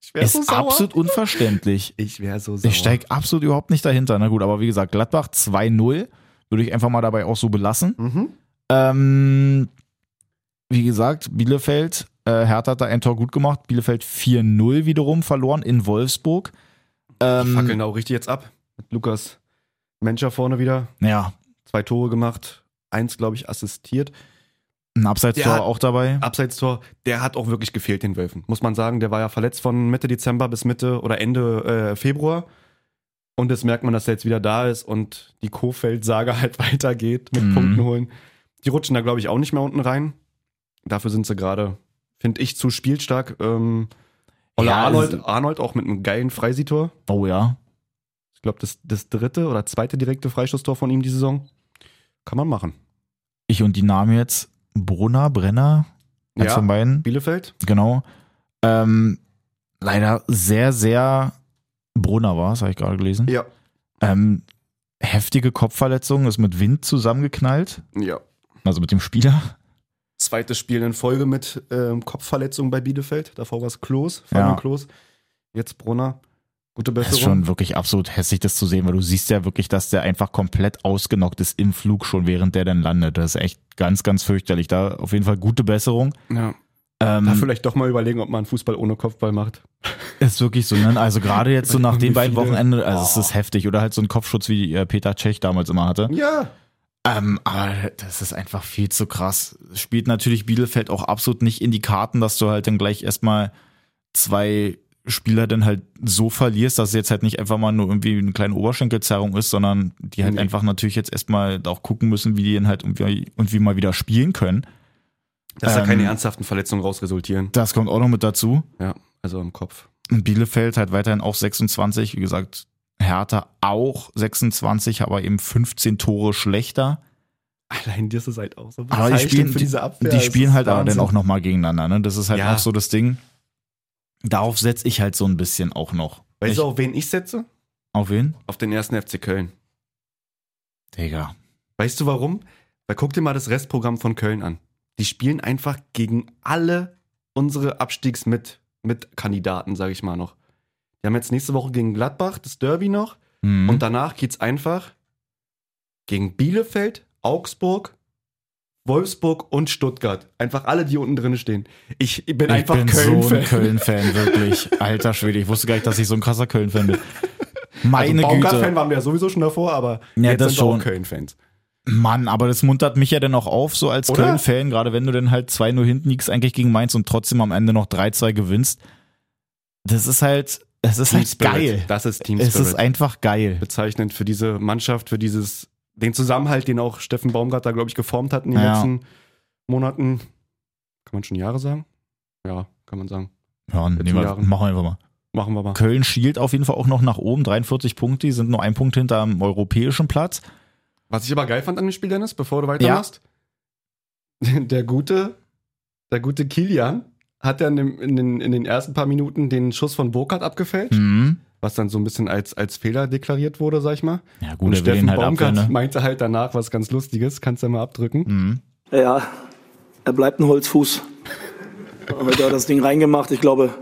[SPEAKER 3] ich wär
[SPEAKER 1] ist absolut unverständlich.
[SPEAKER 3] Ich wäre so sauer.
[SPEAKER 1] Ich steige absolut überhaupt nicht dahinter. Na gut, aber wie gesagt, Gladbach 2-0 würde ich einfach mal dabei auch so belassen.
[SPEAKER 3] Mhm.
[SPEAKER 1] Ähm, wie gesagt, Bielefeld, äh, Hertha hat da ein Tor gut gemacht. Bielefeld 4-0 wiederum verloren in Wolfsburg.
[SPEAKER 3] Die
[SPEAKER 1] Ähm,
[SPEAKER 3] fackeln auch richtig jetzt ab. Mit Lukas Menscher vorne wieder.
[SPEAKER 1] ja,
[SPEAKER 3] Zwei Tore gemacht. Eins, glaube ich, assistiert.
[SPEAKER 1] ein Abseitstor
[SPEAKER 3] Der hat-
[SPEAKER 1] auch dabei.
[SPEAKER 3] Abseitstor, der hat auch wirklich gefehlt, den Wölfen. Muss man sagen, der war ja verletzt von Mitte Dezember bis Mitte oder Ende äh, Februar. Und jetzt merkt man, dass er jetzt wieder da ist und die Kofeld-Saga halt weitergeht mit
[SPEAKER 1] Mhm.
[SPEAKER 3] Punkten holen. Die rutschen da, glaube ich, auch nicht mehr unten rein. Dafür sind sie gerade, finde ich, zu spielstark. Ähm, Ola
[SPEAKER 1] Ja,
[SPEAKER 3] Arnold,
[SPEAKER 1] also-
[SPEAKER 3] Arnold auch mit einem geilen Freisitor.
[SPEAKER 1] Oh ja.
[SPEAKER 3] Ich glaube, das, das dritte oder zweite direkte Freistoßtor von ihm die Saison. Kann man machen.
[SPEAKER 1] Ich und die Namen jetzt. Brunner, Brenner, eins von beiden.
[SPEAKER 3] Bielefeld?
[SPEAKER 1] Genau. Ähm, leider sehr, sehr Brunner war es, habe ich gerade gelesen.
[SPEAKER 3] Ja.
[SPEAKER 1] Ähm, heftige Kopfverletzung, ist mit Wind zusammengeknallt.
[SPEAKER 3] Ja.
[SPEAKER 1] Also mit dem Spieler.
[SPEAKER 3] Zweites Spiel in Folge mit ähm, Kopfverletzung bei Bielefeld. Davor war es Klos,
[SPEAKER 1] Ja.
[SPEAKER 3] Fabian Klos. Jetzt Brunner. Gute
[SPEAKER 1] Das ist
[SPEAKER 3] Besserung.
[SPEAKER 1] schon wirklich absolut hässlich, das zu sehen, weil du siehst ja wirklich, dass der einfach komplett ausgenockt ist im Flug schon, während der dann landet. Das ist echt ganz, ganz fürchterlich. Da auf jeden Fall gute Besserung.
[SPEAKER 3] Ja.
[SPEAKER 1] Ähm,
[SPEAKER 3] Da vielleicht doch mal überlegen, ob man Fußball ohne Kopfball macht.
[SPEAKER 1] Ist wirklich so, ne? Also gerade jetzt so nach den beiden Wochenenden, also es ist heftig. Oder halt so ein Kopfschutz, wie äh, Peter Tschech damals immer hatte.
[SPEAKER 3] Ja.
[SPEAKER 1] Ähm, aber das ist einfach viel zu krass. Spielt natürlich Bielefeld auch absolut nicht in die Karten, dass du halt dann gleich erstmal zwei Spieler dann halt so verlierst, dass es jetzt halt nicht einfach mal nur irgendwie eine kleine Oberschenkelzerrung ist, sondern die halt
[SPEAKER 3] Nee.
[SPEAKER 1] einfach natürlich jetzt erstmal auch gucken müssen, wie die dann halt irgendwie, irgendwie mal wieder spielen können.
[SPEAKER 3] Dass da
[SPEAKER 1] Ähm.
[SPEAKER 3] keine ernsthaften Verletzungen raus resultieren.
[SPEAKER 1] Das kommt auch noch mit dazu.
[SPEAKER 3] Ja, also im Kopf.
[SPEAKER 1] Und Bielefeld halt weiterhin auch 26, wie gesagt, Hertha auch 26, aber eben 15 Tore schlechter.
[SPEAKER 3] Allein das ist halt auch so
[SPEAKER 1] Aber die
[SPEAKER 3] bezeichnend
[SPEAKER 1] spielen,
[SPEAKER 3] für diese Abwehr.
[SPEAKER 1] die
[SPEAKER 3] Das
[SPEAKER 1] spielen
[SPEAKER 3] ist
[SPEAKER 1] halt aber dann
[SPEAKER 3] Wahnsinn.
[SPEAKER 1] auch nochmal gegeneinander. Ne? Das ist halt
[SPEAKER 3] Ja.
[SPEAKER 1] auch so das Ding. Darauf setze ich halt so ein bisschen auch noch.
[SPEAKER 3] Weißt
[SPEAKER 1] ich,
[SPEAKER 3] du, auf wen ich setze?
[SPEAKER 1] auf wen?
[SPEAKER 3] Auf den ersten FC Köln.
[SPEAKER 1] Digga.
[SPEAKER 3] Weißt du warum? Weil guck dir mal das Restprogramm von Köln an. Die spielen einfach gegen alle unsere Abstiegs mit, mit Kandidaten, sage ich mal noch. Die haben jetzt nächste Woche gegen Gladbach das Derby noch
[SPEAKER 1] Mhm.
[SPEAKER 3] und danach geht's einfach gegen Bielefeld, Augsburg, Wolfsburg und Stuttgart. Einfach alle, die unten drin stehen. Ich bin
[SPEAKER 1] ich
[SPEAKER 3] einfach
[SPEAKER 1] bin
[SPEAKER 3] Köln-Fan.
[SPEAKER 1] so ein Köln-Fan, wirklich. Alter Schwede, ich wusste gar nicht, dass ich so ein krasser Köln-Fan bin. Meine
[SPEAKER 3] also
[SPEAKER 1] Güte.
[SPEAKER 3] Baumgart-Fan waren wir ja sowieso schon davor, aber
[SPEAKER 1] Ja,
[SPEAKER 3] jetzt
[SPEAKER 1] das
[SPEAKER 3] sind wir
[SPEAKER 1] schon.
[SPEAKER 3] auch Köln-Fans.
[SPEAKER 1] Mann, aber das muntert mich ja dann auch auf, so als
[SPEAKER 3] Oder?
[SPEAKER 1] Köln-Fan, gerade wenn du dann halt 2-0 hinten liegst, eigentlich gegen Mainz und trotzdem am Ende noch 3-2 gewinnst. Das ist halt, es ist halt
[SPEAKER 3] Team Spirit.
[SPEAKER 1] geil.
[SPEAKER 3] Das ist Team
[SPEAKER 1] Es
[SPEAKER 3] Spirit.
[SPEAKER 1] ist einfach geil.
[SPEAKER 3] bezeichnend für diese Mannschaft, für dieses den Zusammenhalt, den auch Steffen Baumgart da, glaube ich, geformt hat in den
[SPEAKER 1] Ja.
[SPEAKER 3] letzten Monaten, kann man schon Jahre sagen? Ja, kann man sagen.
[SPEAKER 1] Ja, nehmen wir,
[SPEAKER 3] Jahren.
[SPEAKER 1] machen wir einfach mal.
[SPEAKER 3] Machen wir mal.
[SPEAKER 1] Köln schielt auf jeden Fall auch noch nach oben. 43 Punkte, die sind nur ein Punkt hinter dem europäischen Platz.
[SPEAKER 3] Was ich aber geil fand an dem Spiel, Dennis, bevor du weitermachst, der gute, der gute Kilian hat ja in, dem, in, den, in den ersten paar Minuten den Schuss von Burkhardt abgefälscht,
[SPEAKER 1] Mhm.
[SPEAKER 3] was dann so ein bisschen als, als Fehler deklariert wurde, sag ich mal.
[SPEAKER 1] Ja, gut,
[SPEAKER 3] Und
[SPEAKER 1] er will
[SPEAKER 3] Steffen
[SPEAKER 1] den halt
[SPEAKER 3] Baumgart
[SPEAKER 1] abwehren. Ne?
[SPEAKER 3] meinte halt danach was ganz Lustiges, kannst du ja mal abdrücken.
[SPEAKER 1] Mhm.
[SPEAKER 6] Ja, er bleibt ein Holzfuß. Heute hat er das Ding reingemacht. Ich glaube,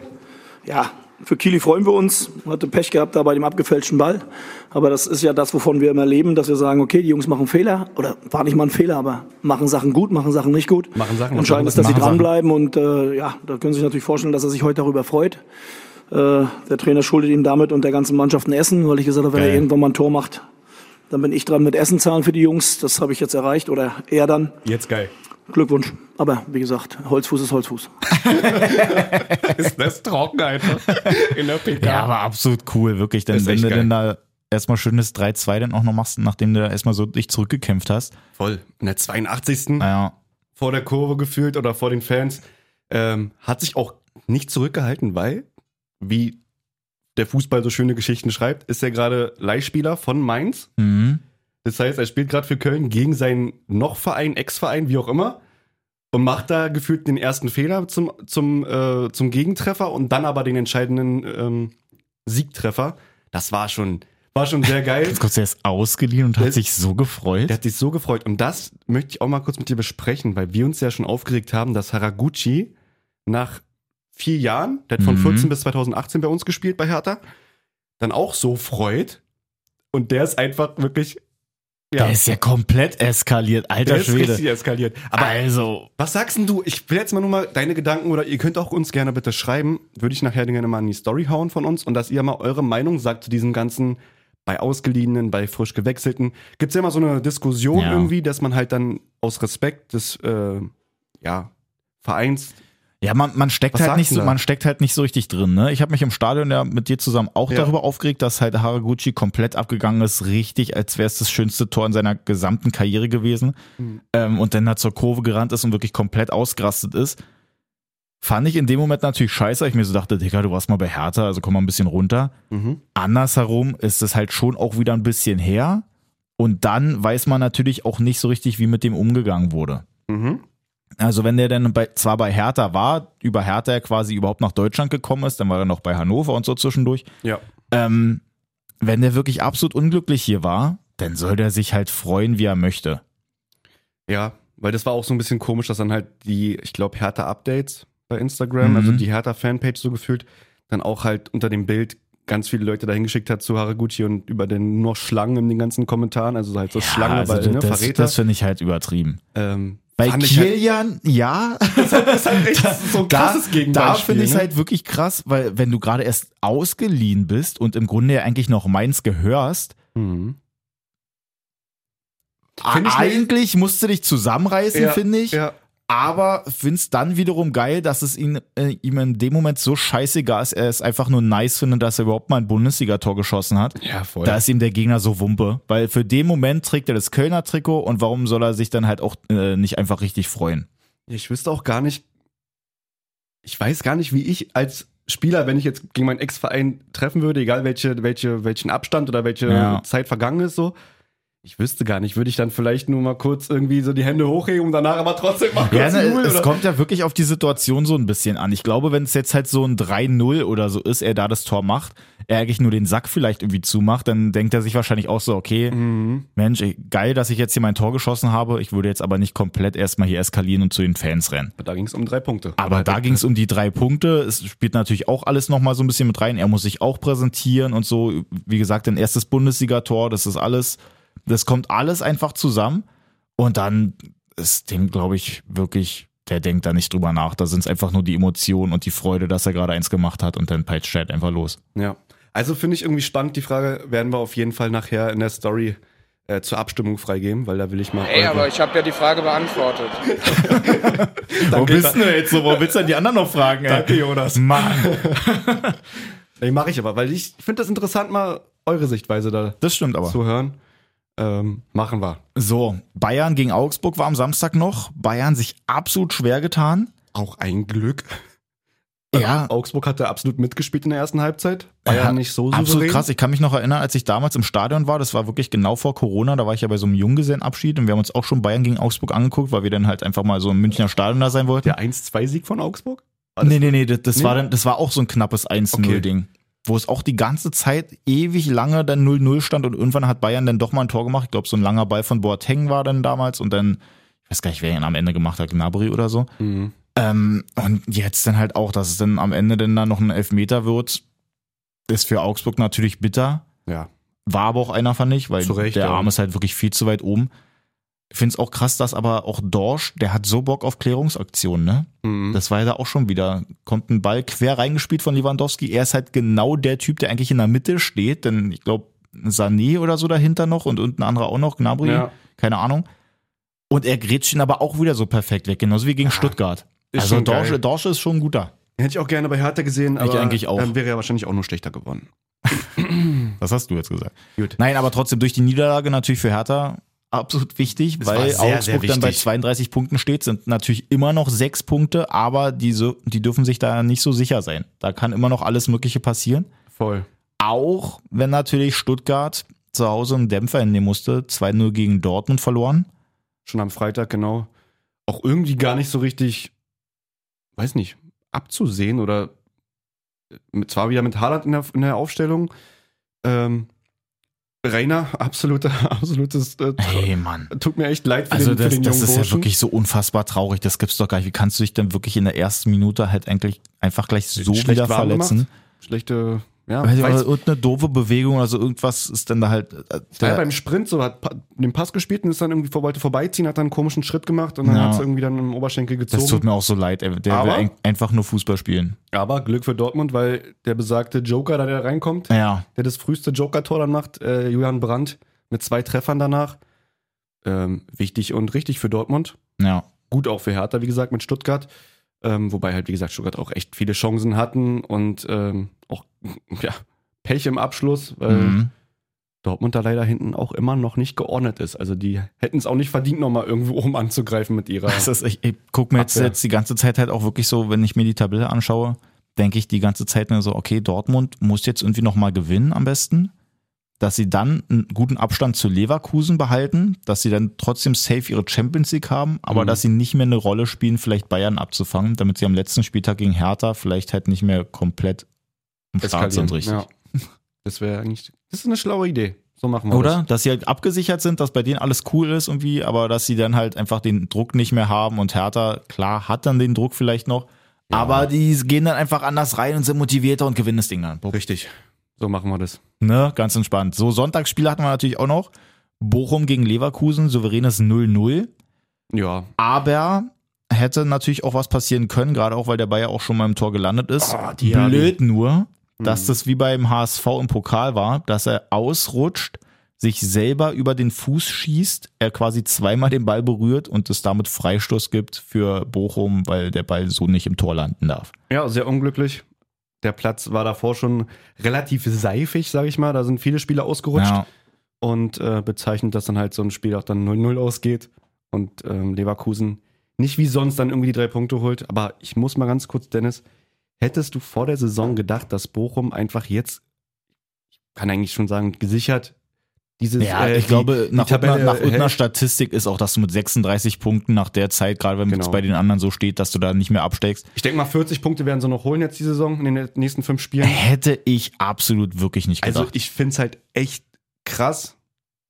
[SPEAKER 6] ja, für Kili freuen wir uns. Hatte Pech gehabt da bei dem abgefälschten Ball. Aber das ist ja das, wovon wir immer leben, dass wir sagen, okay, die Jungs machen Fehler. Oder war nicht mal ein Fehler, aber machen Sachen gut, machen Sachen nicht gut.
[SPEAKER 3] Machen Sachen,
[SPEAKER 6] Entscheidend ist, dass sie dranbleiben. Und äh, ja, da können Sie sich natürlich vorstellen, dass er sich heute darüber freut. Äh, der Trainer schuldet ihm damit und der ganzen Mannschaft ein Essen, weil ich gesagt habe, wenn
[SPEAKER 1] Geil.
[SPEAKER 6] er irgendwann mal ein Tor macht, dann bin ich dran mit Essen zahlen für die Jungs. Das habe ich jetzt erreicht. Oder er dann.
[SPEAKER 3] Jetzt geil.
[SPEAKER 6] Glückwunsch. Aber wie gesagt, Holzfuß ist Holzfuß.
[SPEAKER 3] Ist das trocken einfach in der PK.
[SPEAKER 1] Ja, aber absolut cool, wirklich. Denn
[SPEAKER 3] Ist
[SPEAKER 1] wenn
[SPEAKER 3] echt
[SPEAKER 1] du
[SPEAKER 3] geil.
[SPEAKER 1] denn da erstmal schönes 3-2 dann auch noch machst, nachdem du da erstmal so dich zurückgekämpft hast.
[SPEAKER 3] Voll. In der 82.
[SPEAKER 1] Naja,
[SPEAKER 3] vor der Kurve gefühlt oder vor den Fans. Ähm, hat sich auch nicht zurückgehalten, weil, wie der Fußball so schöne Geschichten schreibt, ist er gerade Leihspieler von Mainz.
[SPEAKER 1] mhm.
[SPEAKER 3] Das heißt, er spielt gerade für Köln gegen seinen noch Verein, Ex-Verein, wie auch immer. Und macht da gefühlt den ersten Fehler zum, zum, äh, zum Gegentreffer und dann aber den entscheidenden ähm, Siegtreffer. Das war schon, war schon sehr geil.
[SPEAKER 1] ganz kurz, der ist ausgeliehen und hat
[SPEAKER 3] Das-
[SPEAKER 1] sich so gefreut.
[SPEAKER 3] Der hat sich so gefreut. Und das möchte ich auch mal kurz mit dir besprechen, weil wir uns ja schon aufgeregt haben, dass Haraguchi nach vier Jahren, der hat von
[SPEAKER 1] Mhm.
[SPEAKER 3] 14 bis 2018 bei uns gespielt bei Hertha, dann auch so freut. Und der ist einfach wirklich. Ja,
[SPEAKER 1] Der ist ja komplett eskaliert, alter
[SPEAKER 3] der ist
[SPEAKER 1] Schwede.
[SPEAKER 3] richtig eskaliert. Aber
[SPEAKER 1] Also,
[SPEAKER 3] was sagst denn du? Ich will jetzt mal nur mal deine Gedanken oder ihr könnt auch uns gerne bitte schreiben. Würde ich nachher gerne mal in die Story hauen von uns und dass ihr mal eure Meinung sagt zu diesem ganzen bei ausgeliehenen, bei frisch gewechselten. Gibt es ja immer so eine Diskussion
[SPEAKER 1] Ja.
[SPEAKER 3] irgendwie, dass man halt dann aus Respekt des äh, ja, Vereins.
[SPEAKER 1] ja, man, man steckt
[SPEAKER 3] Was
[SPEAKER 1] halt
[SPEAKER 3] sagst
[SPEAKER 1] nicht
[SPEAKER 3] du
[SPEAKER 1] so,
[SPEAKER 3] da?
[SPEAKER 1] man steckt halt nicht so richtig drin, ne? Ich habe mich im Stadion ja mit dir zusammen auch
[SPEAKER 3] Ja.
[SPEAKER 1] darüber aufgeregt, dass halt Haraguchi komplett abgegangen ist, richtig, als wäre es das schönste Tor in seiner gesamten Karriere gewesen.
[SPEAKER 3] Hm.
[SPEAKER 1] ähm, und dann da zur Kurve gerannt ist und wirklich komplett ausgerastet ist. Fand ich in dem Moment natürlich scheiße, weil ich mir so dachte, Digga, du warst mal bei Hertha, also komm mal ein bisschen runter.
[SPEAKER 3] Mhm.
[SPEAKER 1] Andersherum ist es halt schon auch wieder ein bisschen her. Und dann weiß man natürlich auch nicht so richtig, wie mit dem umgegangen wurde.
[SPEAKER 3] Mhm.
[SPEAKER 1] Also wenn der dann bei, zwar bei Hertha war, über Hertha ja quasi überhaupt nach Deutschland gekommen ist, dann war er noch bei Hannover und so zwischendurch.
[SPEAKER 3] Ja.
[SPEAKER 1] Ähm, wenn der wirklich absolut unglücklich hier war, dann soll der sich halt freuen, wie er möchte.
[SPEAKER 3] Ja, weil das war auch so ein bisschen komisch, dass dann halt die, ich glaube, Hertha-Updates bei Instagram,
[SPEAKER 1] Mhm.
[SPEAKER 3] also die Hertha-Fanpage so gefühlt, dann auch halt unter dem Bild ganz viele Leute dahin geschickt hat zu Haraguchi und über den nur noch Schlangen in den ganzen Kommentaren, also halt so Schlangen,
[SPEAKER 1] also
[SPEAKER 3] aber ne,
[SPEAKER 1] das,
[SPEAKER 3] Verräter.
[SPEAKER 1] das finde ich halt übertrieben.
[SPEAKER 3] ähm,
[SPEAKER 1] Bei
[SPEAKER 3] fand ich halt,
[SPEAKER 1] Kilian, ja,
[SPEAKER 3] das ist halt echt so ein
[SPEAKER 1] da,
[SPEAKER 3] krasses Gegenbeispiel.
[SPEAKER 1] da finde ich es
[SPEAKER 3] ne?
[SPEAKER 1] halt wirklich krass, weil wenn du gerade erst ausgeliehen bist und im Grunde ja eigentlich noch meins gehörst,
[SPEAKER 3] Mhm. Find ich nicht-
[SPEAKER 1] eigentlich musst du dich zusammenreißen,
[SPEAKER 3] Ja,
[SPEAKER 1] finde ich,
[SPEAKER 3] Ja,
[SPEAKER 1] aber find's dann wiederum geil, dass es ihn, äh, ihm in dem Moment so scheißegal ist, er es einfach nur nice findet, dass er überhaupt mal ein Bundesliga-Tor geschossen hat.
[SPEAKER 3] ja, voll.
[SPEAKER 1] Da ist ihm der Gegner so Wumpe, weil für den Moment trägt er das Kölner Trikot und warum soll er sich dann halt auch äh, nicht einfach richtig freuen?
[SPEAKER 3] Ich wüsste auch gar nicht, ich weiß gar nicht, wie ich als Spieler, wenn ich jetzt gegen meinen Ex-Verein treffen würde, egal welche, welche, welchen Abstand oder welche
[SPEAKER 1] Ja.
[SPEAKER 3] Zeit vergangen ist, so, ich wüsste gar nicht, würde ich dann vielleicht nur mal kurz irgendwie so die Hände hochheben und danach aber trotzdem mal
[SPEAKER 1] Ja,
[SPEAKER 3] kurz
[SPEAKER 1] na,
[SPEAKER 3] jubeln,
[SPEAKER 1] es
[SPEAKER 3] oder?
[SPEAKER 1] kommt ja wirklich auf die Situation so ein bisschen an. Ich glaube, wenn es jetzt halt so ein 3-0 oder so ist, er da das Tor macht, er eigentlich nur den Sack vielleicht irgendwie zumacht, dann denkt er sich wahrscheinlich auch so, okay,
[SPEAKER 3] Mhm.
[SPEAKER 1] Mensch, ey, geil, dass ich jetzt hier mein Tor geschossen habe. Ich würde jetzt aber nicht komplett erstmal hier eskalieren und zu den Fans rennen.
[SPEAKER 3] Aber da ging es um drei Punkte.
[SPEAKER 1] Aber da ging es um die drei Punkte. Es spielt natürlich auch alles nochmal so ein bisschen mit rein. Er muss sich auch präsentieren und so. Wie gesagt, ein erstes Bundesligator, das ist alles, das kommt alles einfach zusammen. Und dann ist dem, glaube ich, wirklich, der denkt da nicht drüber nach. Da sind es einfach nur die Emotionen und die Freude, dass er gerade eins gemacht hat und dann peitscht er halt einfach los.
[SPEAKER 3] Ja. Also finde ich irgendwie spannend, die Frage werden wir auf jeden Fall nachher in der Story äh, zur Abstimmung freigeben, weil da will ich mal.
[SPEAKER 5] Ey,
[SPEAKER 3] eure-
[SPEAKER 5] aber ich habe ja die Frage beantwortet.
[SPEAKER 1] Wo
[SPEAKER 3] Danke,
[SPEAKER 1] bist du jetzt so? Wo willst du denn die anderen noch fragen?
[SPEAKER 3] Danke, Jonas.
[SPEAKER 1] Mann.
[SPEAKER 3] Nee, mache ich aber, weil ich finde das interessant, mal eure Sichtweise da
[SPEAKER 1] Das stimmt aber.
[SPEAKER 3] zu hören. ähm, machen wir.
[SPEAKER 1] So, Bayern gegen Augsburg war am Samstag noch. Bayern sich absolut schwer getan.
[SPEAKER 3] Auch ein Glück.
[SPEAKER 1] Ja,
[SPEAKER 3] Augsburg hatte absolut mitgespielt in der ersten Halbzeit. Bayern
[SPEAKER 1] Ja,
[SPEAKER 3] nicht so souverän.
[SPEAKER 1] Absolut krass. Ich kann mich noch erinnern, als ich damals im Stadion war, das war wirklich genau vor Corona, da war ich ja bei so einem Junggesellenabschied und wir haben uns auch schon Bayern gegen Augsburg angeguckt, weil wir dann halt einfach mal so im Münchner Stadion da sein wollten.
[SPEAKER 3] Der 1-2-Sieg von Augsburg? War das-
[SPEAKER 1] nee, nee, nee, das, das
[SPEAKER 3] Nee.
[SPEAKER 1] war dann, das war auch so ein knappes 1-0-Ding. Wo es auch die ganze Zeit ewig lange dann 0-0 stand und irgendwann hat Bayern dann doch mal ein Tor gemacht. Ich glaube, so ein langer Ball von Boateng war dann damals und dann, ich weiß gar nicht, wer ihn am Ende gemacht hat, Gnabry oder so.
[SPEAKER 3] Mhm.
[SPEAKER 1] Ähm, und jetzt dann halt auch, dass es dann am Ende dann da noch ein Elfmeter wird, ist für Augsburg natürlich bitter.
[SPEAKER 3] Ja.
[SPEAKER 1] War aber auch einer, fand ich, weil
[SPEAKER 3] Zu Recht,
[SPEAKER 1] der
[SPEAKER 3] ja.
[SPEAKER 1] Arm ist halt wirklich viel zu weit oben. Ich finde es auch krass, dass aber auch Dorsch, der hat so Bock auf Klärungsaktionen, ne?
[SPEAKER 3] Mhm.
[SPEAKER 1] Das war ja da auch schon wieder. Kommt ein Ball quer reingespielt von Lewandowski. Er ist halt genau der Typ, der eigentlich in der Mitte steht, denn ich glaube, Sané oder so dahinter noch und unten anderer auch noch, Gnabry,
[SPEAKER 3] Ja.
[SPEAKER 1] keine Ahnung. Und er grätscht ihn aber auch wieder so perfekt weg, genauso wie gegen Stuttgart.
[SPEAKER 3] ist
[SPEAKER 1] also
[SPEAKER 3] schon geil.
[SPEAKER 1] Dorsche, Dorsche ist schon ein guter.
[SPEAKER 3] Hätte ich auch gerne bei Hertha gesehen,
[SPEAKER 1] Ich
[SPEAKER 3] aber
[SPEAKER 1] eigentlich auch.
[SPEAKER 3] ähm, wäre ja wahrscheinlich auch nur schlechter geworden.
[SPEAKER 1] Das hast du jetzt gesagt.
[SPEAKER 3] Gut.
[SPEAKER 1] Nein, aber trotzdem durch die Niederlage natürlich für Hertha absolut wichtig,
[SPEAKER 3] Es war
[SPEAKER 1] weil
[SPEAKER 3] sehr,
[SPEAKER 1] Augsburg
[SPEAKER 3] sehr
[SPEAKER 1] dann bei
[SPEAKER 3] wichtig.
[SPEAKER 1] 32 Punkten steht, sind natürlich immer noch sechs Punkte, aber die, so, die dürfen sich da nicht so sicher sein. Da kann immer noch alles Mögliche passieren.
[SPEAKER 3] Voll.
[SPEAKER 1] Auch wenn natürlich Stuttgart zu Hause einen Dämpfer hinnehmen musste, 2-0 gegen Dortmund verloren.
[SPEAKER 3] Schon am Freitag, genau. Auch irgendwie gar nicht so richtig, weiß nicht, abzusehen oder äh, mit, zwar wieder mit Haaland in der, in der Aufstellung. Ähm, Rainer, absolute, absolutes. Äh,
[SPEAKER 1] Hey Mann.
[SPEAKER 3] Tut mir echt leid für
[SPEAKER 1] Also
[SPEAKER 3] den, für
[SPEAKER 1] das,
[SPEAKER 3] den
[SPEAKER 1] das
[SPEAKER 3] jungen
[SPEAKER 1] ist ja
[SPEAKER 3] Burschen.
[SPEAKER 1] wirklich so unfassbar traurig, das gibt's doch gar nicht. Wie kannst du dich dann wirklich in der ersten Minute halt eigentlich einfach gleich so
[SPEAKER 3] Schlecht
[SPEAKER 1] wieder
[SPEAKER 3] warm gemacht?
[SPEAKER 1] verletzen?
[SPEAKER 3] schlechte. Ja,
[SPEAKER 1] Weiß ich,
[SPEAKER 3] weiß-
[SPEAKER 1] aber irgendeine doofe Bewegung oder so irgendwas ist dann da halt. äh,
[SPEAKER 3] Ja,
[SPEAKER 1] Der,
[SPEAKER 3] beim Sprint so hat pa- den Pass gespielt und ist dann irgendwie vor, wollte vorbeiziehen, hat dann einen komischen Schritt gemacht und dann
[SPEAKER 1] Ja.
[SPEAKER 3] hat es irgendwie dann im Oberschenkel gezogen.
[SPEAKER 1] das tut mir auch so leid. ey. Der will
[SPEAKER 3] Aber-
[SPEAKER 1] ein, einfach nur Fußball spielen.
[SPEAKER 3] Aber Glück für Dortmund, weil der besagte Joker, da der reinkommt,
[SPEAKER 1] Ja,
[SPEAKER 3] der das früheste Joker-Tor dann macht, äh, Julian Brandt mit zwei Treffern danach. Ähm, wichtig und richtig für Dortmund.
[SPEAKER 1] ja.
[SPEAKER 3] Gut auch für Hertha, wie gesagt, mit Stuttgart. Ähm, wobei halt, wie gesagt, Stuttgart auch echt viele Chancen hatten und ähm, auch ja, Pech im Abschluss, weil
[SPEAKER 1] Mhm.
[SPEAKER 3] Dortmund da leider hinten auch immer noch nicht geordnet ist. Also die hätten es auch nicht verdient, nochmal irgendwo oben anzugreifen mit ihrer.
[SPEAKER 1] Das ist, ich, ich guck mir jetzt,
[SPEAKER 3] Abwehr.
[SPEAKER 1] jetzt die ganze Zeit halt auch wirklich so, wenn ich mir die Tabelle anschaue, denke ich die ganze Zeit nur so, okay, Dortmund muss jetzt irgendwie nochmal gewinnen am besten, dass sie dann einen guten Abstand zu Leverkusen behalten, dass sie dann trotzdem safe ihre Champions League haben, aber
[SPEAKER 3] Mhm.
[SPEAKER 1] dass sie nicht mehr eine Rolle spielen, vielleicht Bayern abzufangen, damit sie am letzten Spieltag gegen Hertha vielleicht halt nicht mehr komplett im Start sind, richtig.
[SPEAKER 3] Ja. Das wäre eigentlich. Das ist eine schlaue Idee. So machen wir
[SPEAKER 1] Oder? Dass sie halt abgesichert sind, dass bei denen alles cool ist irgendwie, aber dass sie dann halt einfach den Druck nicht mehr haben und Hertha, klar, hat dann den Druck vielleicht noch, aber die gehen dann einfach anders rein und sind motivierter und gewinnen das Ding dann.
[SPEAKER 3] das. Richtig. So machen wir das.
[SPEAKER 1] Ne? Ganz entspannt. So, Sonntagsspiele hatten wir natürlich auch noch. Bochum gegen Leverkusen, souveränes 0-0.
[SPEAKER 3] Ja.
[SPEAKER 1] Aber hätte natürlich auch was passieren können, gerade auch, weil der Bayer auch schon mal im Tor gelandet ist.
[SPEAKER 3] die
[SPEAKER 1] Blöd nur,
[SPEAKER 3] Mhm.
[SPEAKER 1] dass das wie beim HSV im Pokal war, dass er ausrutscht, sich selber über den Fuß schießt, er quasi zweimal den Ball berührt und es damit Freistoß gibt für Bochum, weil der Ball so nicht im Tor landen darf.
[SPEAKER 3] Ja, sehr unglücklich. Der Platz war davor schon relativ seifig, sage ich mal. Da sind viele Spieler ausgerutscht
[SPEAKER 1] Ja,
[SPEAKER 3] und äh, bezeichnet, dass dann halt so ein Spiel auch dann 0-0 ausgeht und ähm, Leverkusen nicht wie sonst dann irgendwie die drei Punkte holt. Aber ich muss mal ganz kurz, Dennis, hättest du vor der Saison gedacht, dass Bochum einfach jetzt, ich kann eigentlich schon sagen, gesichert dieses
[SPEAKER 1] ja
[SPEAKER 3] äh,
[SPEAKER 1] ich
[SPEAKER 3] die-
[SPEAKER 1] glaube,
[SPEAKER 3] die
[SPEAKER 1] nach,
[SPEAKER 3] Tabelle
[SPEAKER 1] irgendeiner- nach irgendeiner
[SPEAKER 3] hält.
[SPEAKER 1] Statistik ist auch, dass du mit 36 Punkten nach der Zeit, gerade wenn es
[SPEAKER 3] Genau.
[SPEAKER 1] bei den anderen so steht, dass du da nicht mehr absteigst,
[SPEAKER 3] Ich denke mal, 40 Punkte werden sie noch holen jetzt die Saison in den nächsten fünf Spielen.
[SPEAKER 1] hätte ich absolut wirklich nicht gedacht.
[SPEAKER 3] Also ich finde es halt echt krass,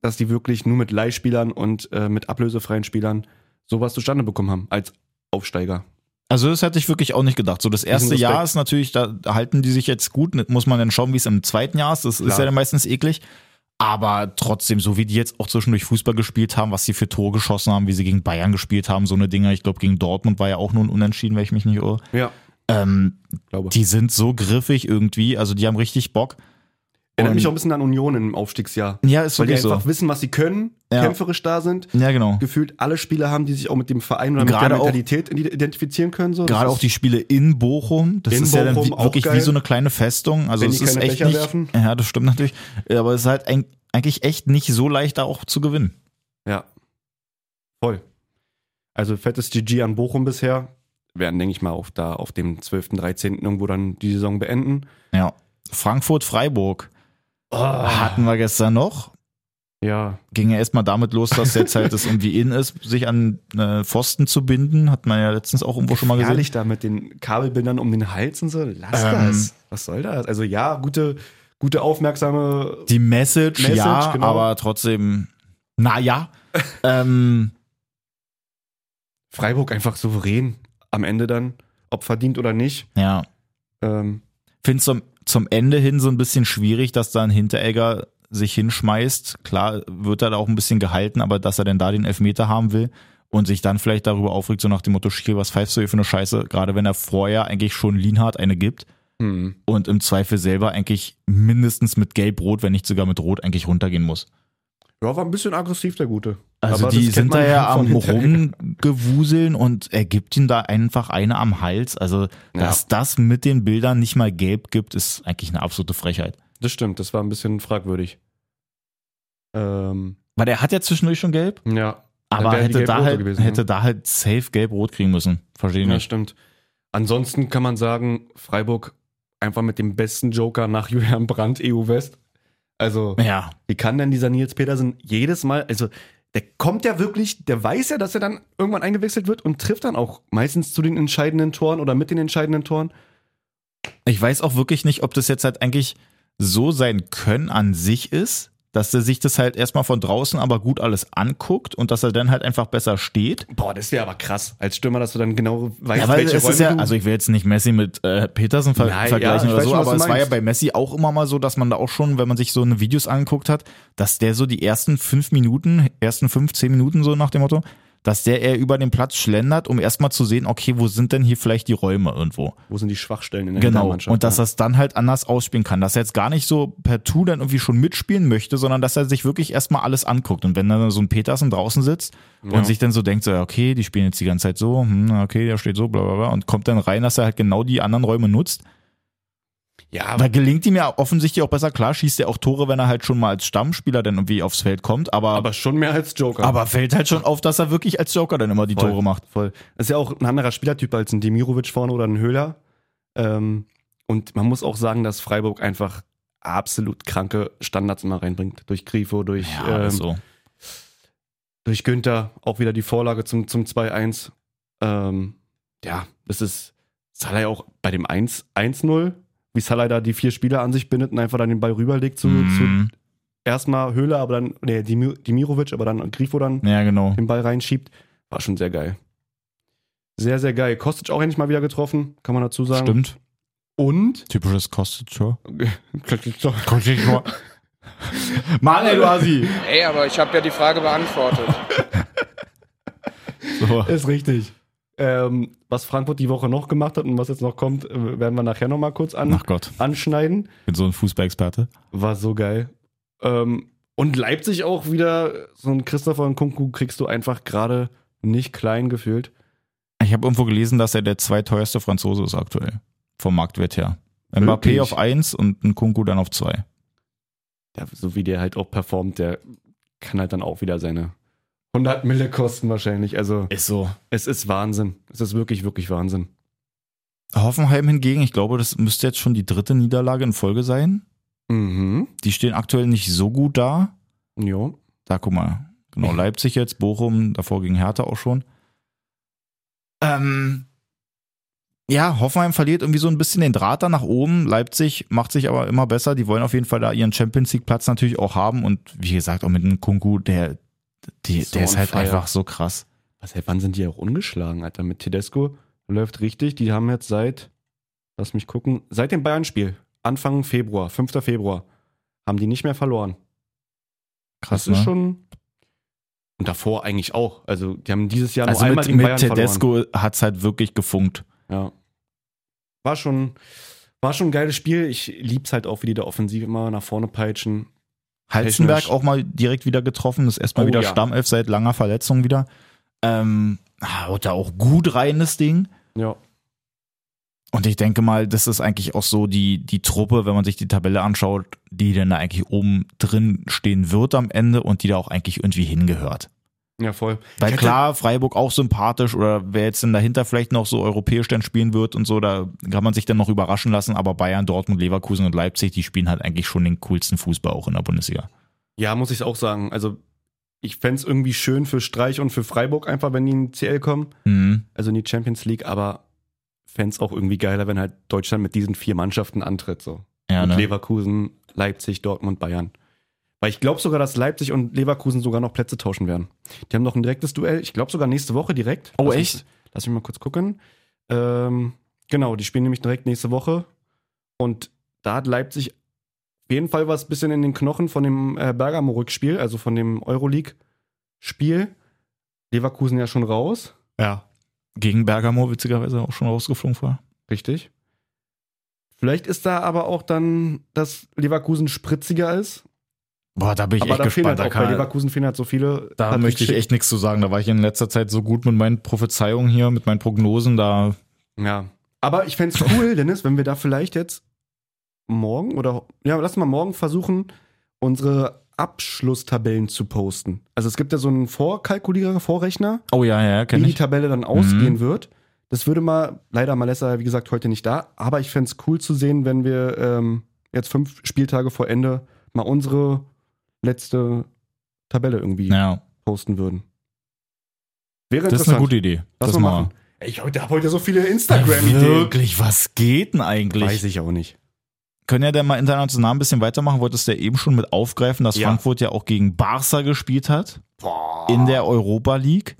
[SPEAKER 3] dass die wirklich nur mit Leihspielern und äh, mit ablösefreien Spielern sowas zustande bekommen haben als Aufsteiger.
[SPEAKER 1] Also das hätte ich wirklich auch nicht gedacht. So das erste
[SPEAKER 3] Respekt.
[SPEAKER 1] Jahr ist natürlich, da halten die sich jetzt gut. ne, Muss man dann schauen, wie es im zweiten Jahr ist. Das ist
[SPEAKER 3] Klar.
[SPEAKER 1] ja dann meistens eklig. Aber trotzdem, so wie die jetzt auch zwischendurch Fußball gespielt haben, was sie für Tore geschossen haben, wie sie gegen Bayern gespielt haben, so eine Dinger. Ich glaube, gegen Dortmund war ja auch nur ein Unentschieden, wenn ich mich nicht irre.
[SPEAKER 3] Ja,
[SPEAKER 1] Ähm,
[SPEAKER 3] glaube ich.
[SPEAKER 1] die sind so griffig irgendwie. Also die haben richtig Bock.
[SPEAKER 3] Erinnert
[SPEAKER 1] Und-
[SPEAKER 3] mich auch ein bisschen an Union im Aufstiegsjahr.
[SPEAKER 1] Ja, ist
[SPEAKER 3] weil die
[SPEAKER 1] wirklich
[SPEAKER 3] einfach
[SPEAKER 1] so.
[SPEAKER 3] wissen, was sie können,
[SPEAKER 1] Ja.
[SPEAKER 3] kämpferisch da sind.
[SPEAKER 1] Ja, genau.
[SPEAKER 3] Gefühlt alle Spieler haben, die sich auch mit dem Verein oder
[SPEAKER 1] Gerade
[SPEAKER 3] mit
[SPEAKER 1] auch-
[SPEAKER 3] der Mentalität idi- identifizieren können. So. Das
[SPEAKER 1] Gerade
[SPEAKER 3] ist-
[SPEAKER 1] auch die Spiele in Bochum, das
[SPEAKER 3] In
[SPEAKER 1] ist ja dann
[SPEAKER 3] Bochum
[SPEAKER 1] wie,
[SPEAKER 3] auch
[SPEAKER 1] wirklich wie
[SPEAKER 3] geil.
[SPEAKER 1] so eine kleine Festung. Also
[SPEAKER 3] Wenn
[SPEAKER 1] es
[SPEAKER 3] die
[SPEAKER 1] ist
[SPEAKER 3] keine
[SPEAKER 1] echt
[SPEAKER 3] Becher
[SPEAKER 1] nicht,
[SPEAKER 3] werfen.
[SPEAKER 1] ja, das stimmt natürlich, aber es ist halt ein, eigentlich echt nicht so leicht da auch zu gewinnen.
[SPEAKER 3] Ja. Voll. Also fettes GG an Bochum bisher. Werden, denke ich mal, auch da auf dem 12., 13. irgendwo dann die Saison beenden.
[SPEAKER 1] Ja. Frankfurt-Freiburg Oh.
[SPEAKER 3] Ah.
[SPEAKER 1] hatten wir gestern noch.
[SPEAKER 3] Ja.
[SPEAKER 1] Ging ja erstmal damit los, dass jetzt halt es irgendwie in ist, sich an äh, Pfosten zu binden. Hat man ja letztens auch irgendwo schon mal gesehen.
[SPEAKER 3] Ehrlich da mit den Kabelbindern um den Hals und so. Lass
[SPEAKER 1] Also Ähm.
[SPEAKER 3] das. Was soll das? Also ja, gute, gute aufmerksame.
[SPEAKER 1] Die Message,
[SPEAKER 3] Message,
[SPEAKER 1] ja,
[SPEAKER 3] genau.
[SPEAKER 1] aber trotzdem, naja. ähm,
[SPEAKER 3] Freiburg einfach souverän am Ende dann, ob verdient oder nicht.
[SPEAKER 1] ja,
[SPEAKER 3] Ähm,
[SPEAKER 1] finde zum, zum Ende hin so ein bisschen schwierig, dass da ein Hinteregger sich hinschmeißt. Klar wird er da auch ein bisschen gehalten, aber dass er denn da den Elfmeter haben will und sich dann vielleicht darüber aufregt, so nach dem Motto, Schiel, was pfeifst du hier für eine Scheiße? Gerade wenn er vorher eigentlich schon Lienhardt eine gibt
[SPEAKER 3] hm.
[SPEAKER 1] und im Zweifel selber eigentlich mindestens mit Gelb-Rot, wenn nicht sogar mit Rot, eigentlich runtergehen muss.
[SPEAKER 3] Ja, war ein bisschen aggressiv, der Gute.
[SPEAKER 1] Also
[SPEAKER 3] Aber das
[SPEAKER 1] die
[SPEAKER 3] kennt
[SPEAKER 1] sind
[SPEAKER 3] man
[SPEAKER 1] da ja am
[SPEAKER 3] von Hinteregger.
[SPEAKER 1] Rumgewuseln und er gibt ihm da einfach eine am Hals. Also, dass das mit den Bildern nicht mal gelb gibt, ist eigentlich eine absolute Frechheit.
[SPEAKER 3] Das stimmt, das war ein bisschen fragwürdig. Ähm,
[SPEAKER 1] Weil er hat ja zwischendurch schon gelb,
[SPEAKER 3] ja,
[SPEAKER 1] aber
[SPEAKER 3] wäre die
[SPEAKER 1] hätte da,
[SPEAKER 3] gelb-rote
[SPEAKER 1] halt,
[SPEAKER 3] gewesen,
[SPEAKER 1] hätte
[SPEAKER 3] ja.
[SPEAKER 1] da halt safe gelb-rot kriegen müssen. Verstehe ich
[SPEAKER 3] ja,
[SPEAKER 1] nicht.
[SPEAKER 3] stimmt. Ansonsten kann man sagen, Freiburg einfach mit dem besten Joker nach Julian Brandt, EU West. Also,
[SPEAKER 1] Ja,
[SPEAKER 3] wie kann denn dieser Nils Petersen jedes Mal, also der kommt ja wirklich, der weiß ja, dass er dann irgendwann eingewechselt wird und trifft dann auch meistens zu den entscheidenden Toren oder mit den entscheidenden Toren.
[SPEAKER 1] ich weiß auch wirklich nicht, ob das jetzt halt eigentlich so sein Können an sich ist, dass er sich das halt erstmal von draußen aber gut alles anguckt und dass er dann halt einfach besser steht.
[SPEAKER 3] Boah, das wäre aber krass als Stürmer, dass du dann genau weißt,
[SPEAKER 1] Ja, weil
[SPEAKER 3] welche
[SPEAKER 1] es
[SPEAKER 3] Räume
[SPEAKER 1] ist ja,
[SPEAKER 3] du...
[SPEAKER 1] also ich will jetzt nicht Messi mit äh, Petersen ver
[SPEAKER 3] Nein,
[SPEAKER 1] vergleichen
[SPEAKER 3] ja, ich
[SPEAKER 1] oder
[SPEAKER 3] weiß
[SPEAKER 1] so,
[SPEAKER 3] schon, was
[SPEAKER 1] aber
[SPEAKER 3] du
[SPEAKER 1] es war ja
[SPEAKER 3] meinst.
[SPEAKER 1] bei Messi auch immer mal so, dass man da auch schon, wenn man sich so eine Videos angeguckt hat, dass der so die ersten fünf Minuten, ersten fünf, zehn Minuten so nach dem Motto, dass der eher über den Platz schlendert, um erstmal zu sehen, okay, wo sind denn hier vielleicht die Räume irgendwo?
[SPEAKER 3] wo sind die Schwachstellen in der ne?
[SPEAKER 1] Genau.
[SPEAKER 3] Mannschaft?
[SPEAKER 1] Und dass er es dann halt anders ausspielen kann. Dass er jetzt gar nicht so per Tu dann irgendwie schon mitspielen möchte, sondern dass er sich wirklich erstmal alles anguckt. Und wenn dann so ein Petersen draußen sitzt und sich dann so denkt, so, ja, okay, die spielen jetzt die ganze Zeit so, hm, okay, der steht so, bla, bla, bla, und kommt dann rein, dass er halt genau die anderen Räume nutzt.
[SPEAKER 3] ja,
[SPEAKER 1] Aber gelingt ihm ja offensichtlich auch besser. Klar schießt er auch Tore, wenn er halt schon mal als Stammspieler dann irgendwie aufs Feld kommt, aber, aber,
[SPEAKER 3] aber schon mehr als Joker.
[SPEAKER 1] fällt halt schon auf, dass er wirklich als Joker dann immer die
[SPEAKER 3] Voll.
[SPEAKER 1] Tore macht.
[SPEAKER 3] Voll. Das ist ja auch ein anderer Spielertyp als ein Demirovic vorne oder ein Höhler. Ähm, und man muss auch sagen, dass Freiburg einfach absolut kranke Standards immer reinbringt. Durch Grifo, durch,
[SPEAKER 1] Ja,
[SPEAKER 3] ähm,
[SPEAKER 1] ist so.
[SPEAKER 3] durch Günther, auch wieder die Vorlage zum, zum 2-1. Ähm, ja, das ist Salah auch bei dem 1 1-0, wie Salah da die vier Spieler an sich bindet und einfach dann den Ball rüberlegt zu, zu
[SPEAKER 1] Mhm.
[SPEAKER 3] erstmal Höhler, aber dann, nee, Demi- Demirovic, aber dann Grifo dann
[SPEAKER 1] Ja, genau.
[SPEAKER 3] den Ball reinschiebt. War schon sehr geil. Sehr, sehr geil. Kostic auch endlich mal wieder getroffen, kann man dazu sagen.
[SPEAKER 1] Stimmt.
[SPEAKER 3] Und
[SPEAKER 1] Typisches Kostic-Tor. Konnichiwa. Mann, ey, du Asi.
[SPEAKER 5] Ey, aber ich habe ja die Frage beantwortet.
[SPEAKER 1] So.
[SPEAKER 3] ist richtig. Ähm, was Frankfurt die Woche noch gemacht hat und was jetzt noch kommt, äh, werden wir nachher nochmal kurz an,
[SPEAKER 1] Ach Gott,
[SPEAKER 3] anschneiden.
[SPEAKER 1] ich bin so ein Fußballexperte.
[SPEAKER 3] War so geil. Ähm, und Leipzig auch wieder, so ein Christopher und Kunku kriegst du einfach gerade nicht klein gefühlt.
[SPEAKER 1] Ich habe irgendwo gelesen, dass er der zweiteuerste Franzose ist aktuell. Vom Marktwert her. Mbappé
[SPEAKER 3] Wirklich?
[SPEAKER 1] auf 1 und ein Kunku dann auf 2.
[SPEAKER 3] Ja, so wie der halt auch performt, der kann halt dann auch wieder seine 100 Mille kosten wahrscheinlich. Also
[SPEAKER 1] Ist so.
[SPEAKER 3] Es ist Wahnsinn. Es ist wirklich, wirklich Wahnsinn.
[SPEAKER 1] Hoffenheim hingegen, ich glaube, das müsste jetzt schon die dritte Niederlage in Folge sein.
[SPEAKER 3] Mhm.
[SPEAKER 1] Die stehen aktuell nicht so gut da.
[SPEAKER 3] Jo.
[SPEAKER 1] Da guck mal. Genau, Leipzig jetzt, Bochum, davor gegen Hertha auch schon. Ähm, ja, Hoffenheim verliert irgendwie so ein bisschen den Draht da nach oben. Leipzig macht sich aber immer besser. Die wollen auf jeden Fall da ihren Champions League Platz natürlich auch haben. Und wie gesagt, auch mit einem Kunku, der, die,
[SPEAKER 3] So
[SPEAKER 1] der ist
[SPEAKER 3] on
[SPEAKER 1] halt
[SPEAKER 3] fire.
[SPEAKER 1] einfach so krass.
[SPEAKER 3] Was, ey, wann sind die auch ungeschlagen, Alter? Mit Tedesco läuft richtig. Die haben jetzt seit, lass mich gucken, seit dem Bayern-Spiel, Anfang Februar, 5. Februar, haben die nicht mehr verloren.
[SPEAKER 1] Krass, ne?
[SPEAKER 3] das ist schon. Und davor eigentlich auch. Also, die haben dieses Jahr
[SPEAKER 1] also
[SPEAKER 3] nur einmal
[SPEAKER 1] mit,
[SPEAKER 3] gegen
[SPEAKER 1] mit
[SPEAKER 3] Bayern verloren.
[SPEAKER 1] Tedesco hat es halt wirklich gefunkt.
[SPEAKER 3] Ja. War schon, war schon ein geiles Spiel. Ich lieb's halt auch, wie die da offensiv immer nach vorne peitschen.
[SPEAKER 1] Halzenberg
[SPEAKER 3] Technisch.
[SPEAKER 1] auch mal direkt wieder getroffen, ist erstmal
[SPEAKER 3] Oh,
[SPEAKER 1] wieder
[SPEAKER 3] ja.
[SPEAKER 1] Stammelf seit langer Verletzung ah, wieder. Ähm, haut da auch gut rein, das Ding.
[SPEAKER 3] Ja.
[SPEAKER 1] Und ich denke mal, das ist eigentlich auch so die, die Truppe, wenn man sich die Tabelle anschaut, die dann da eigentlich oben drin stehen wird am Ende und die da auch eigentlich irgendwie hingehört.
[SPEAKER 3] Ja, voll.
[SPEAKER 1] Weil
[SPEAKER 3] Ich hatte-
[SPEAKER 1] klar, Freiburg auch sympathisch oder wer jetzt denn dahinter vielleicht noch so europäisch dann spielen wird und so, da kann man sich dann noch überraschen lassen, aber Bayern, Dortmund, Leverkusen und Leipzig, die spielen halt eigentlich schon den coolsten Fußball auch in der Bundesliga.
[SPEAKER 3] Ja, muss ich auch sagen. Also, ich fänd's irgendwie schön für Streich und für Freiburg einfach, wenn die in die CL kommen,
[SPEAKER 1] Mhm.
[SPEAKER 3] also in die Champions League, aber fänd's auch irgendwie geiler, wenn halt Deutschland mit diesen vier Mannschaften antritt. So.
[SPEAKER 1] Ja,
[SPEAKER 3] mit
[SPEAKER 1] ne?
[SPEAKER 3] Leverkusen, Leipzig, Dortmund, Bayern. Weil ich glaube sogar, dass Leipzig und Leverkusen sogar noch Plätze tauschen werden. Die haben noch ein direktes Duell. Ich glaube sogar nächste Woche direkt.
[SPEAKER 1] Oh,
[SPEAKER 3] lass
[SPEAKER 1] echt?
[SPEAKER 3] Mich, lass mich mal kurz gucken. Ähm, genau, die spielen nämlich direkt nächste Woche. Und da hat Leipzig auf jeden Fall was bisschen in den Knochen von dem äh, Bergamo-Rückspiel, also von dem Euroleague-Spiel. Leverkusen ja schon raus.
[SPEAKER 1] Ja. Gegen Bergamo witzigerweise auch schon rausgeflogen war.
[SPEAKER 3] Richtig. Vielleicht ist da aber auch dann, dass Leverkusen spritziger ist
[SPEAKER 1] Boah, da bin ich
[SPEAKER 3] Aber
[SPEAKER 1] echt
[SPEAKER 3] da fehlen
[SPEAKER 1] gespannt.
[SPEAKER 3] halt
[SPEAKER 1] Da,
[SPEAKER 3] auch, bei
[SPEAKER 1] kann,
[SPEAKER 3] Leverkusen fehlen halt so viele.
[SPEAKER 1] da
[SPEAKER 3] Hat
[SPEAKER 1] möchte ich
[SPEAKER 3] geschickt.
[SPEAKER 1] echt nichts zu sagen. Da war ich in letzter Zeit so gut mit meinen Prophezeiungen hier, mit meinen Prognosen. Da
[SPEAKER 3] Ja. Aber ich fänd's cool, Dennis, wenn wir da vielleicht jetzt morgen oder. Ja, lass mal morgen versuchen, unsere Abschlusstabellen zu posten. Also es gibt ja so einen Vorkalkulierer, Vorrechner,
[SPEAKER 1] Oh ja, ja,
[SPEAKER 3] wie
[SPEAKER 1] kenne
[SPEAKER 3] die
[SPEAKER 1] ich. Mhm.
[SPEAKER 3] Tabelle dann ausgehen wird. Das würde mal, leider Malessa, wie gesagt, heute nicht da, aber ich fänd's cool zu sehen, wenn wir ähm, jetzt fünf Spieltage vor Ende mal unsere letzte Tabelle irgendwie
[SPEAKER 1] Ja,
[SPEAKER 3] posten würden. Wäre
[SPEAKER 1] das ist eine gute Idee.
[SPEAKER 3] Lass
[SPEAKER 1] das
[SPEAKER 3] mal machen. Ich habe heute so viele Instagram-Ideen.
[SPEAKER 1] Wirklich, was geht denn eigentlich?
[SPEAKER 3] Weiß ich auch nicht.
[SPEAKER 1] Können ja dann mal international ein bisschen weitermachen. Wolltest du ja eben schon mit aufgreifen, dass
[SPEAKER 3] Ja. Ah.
[SPEAKER 1] Frankfurt ja auch gegen Barca gespielt hat in der Europa League.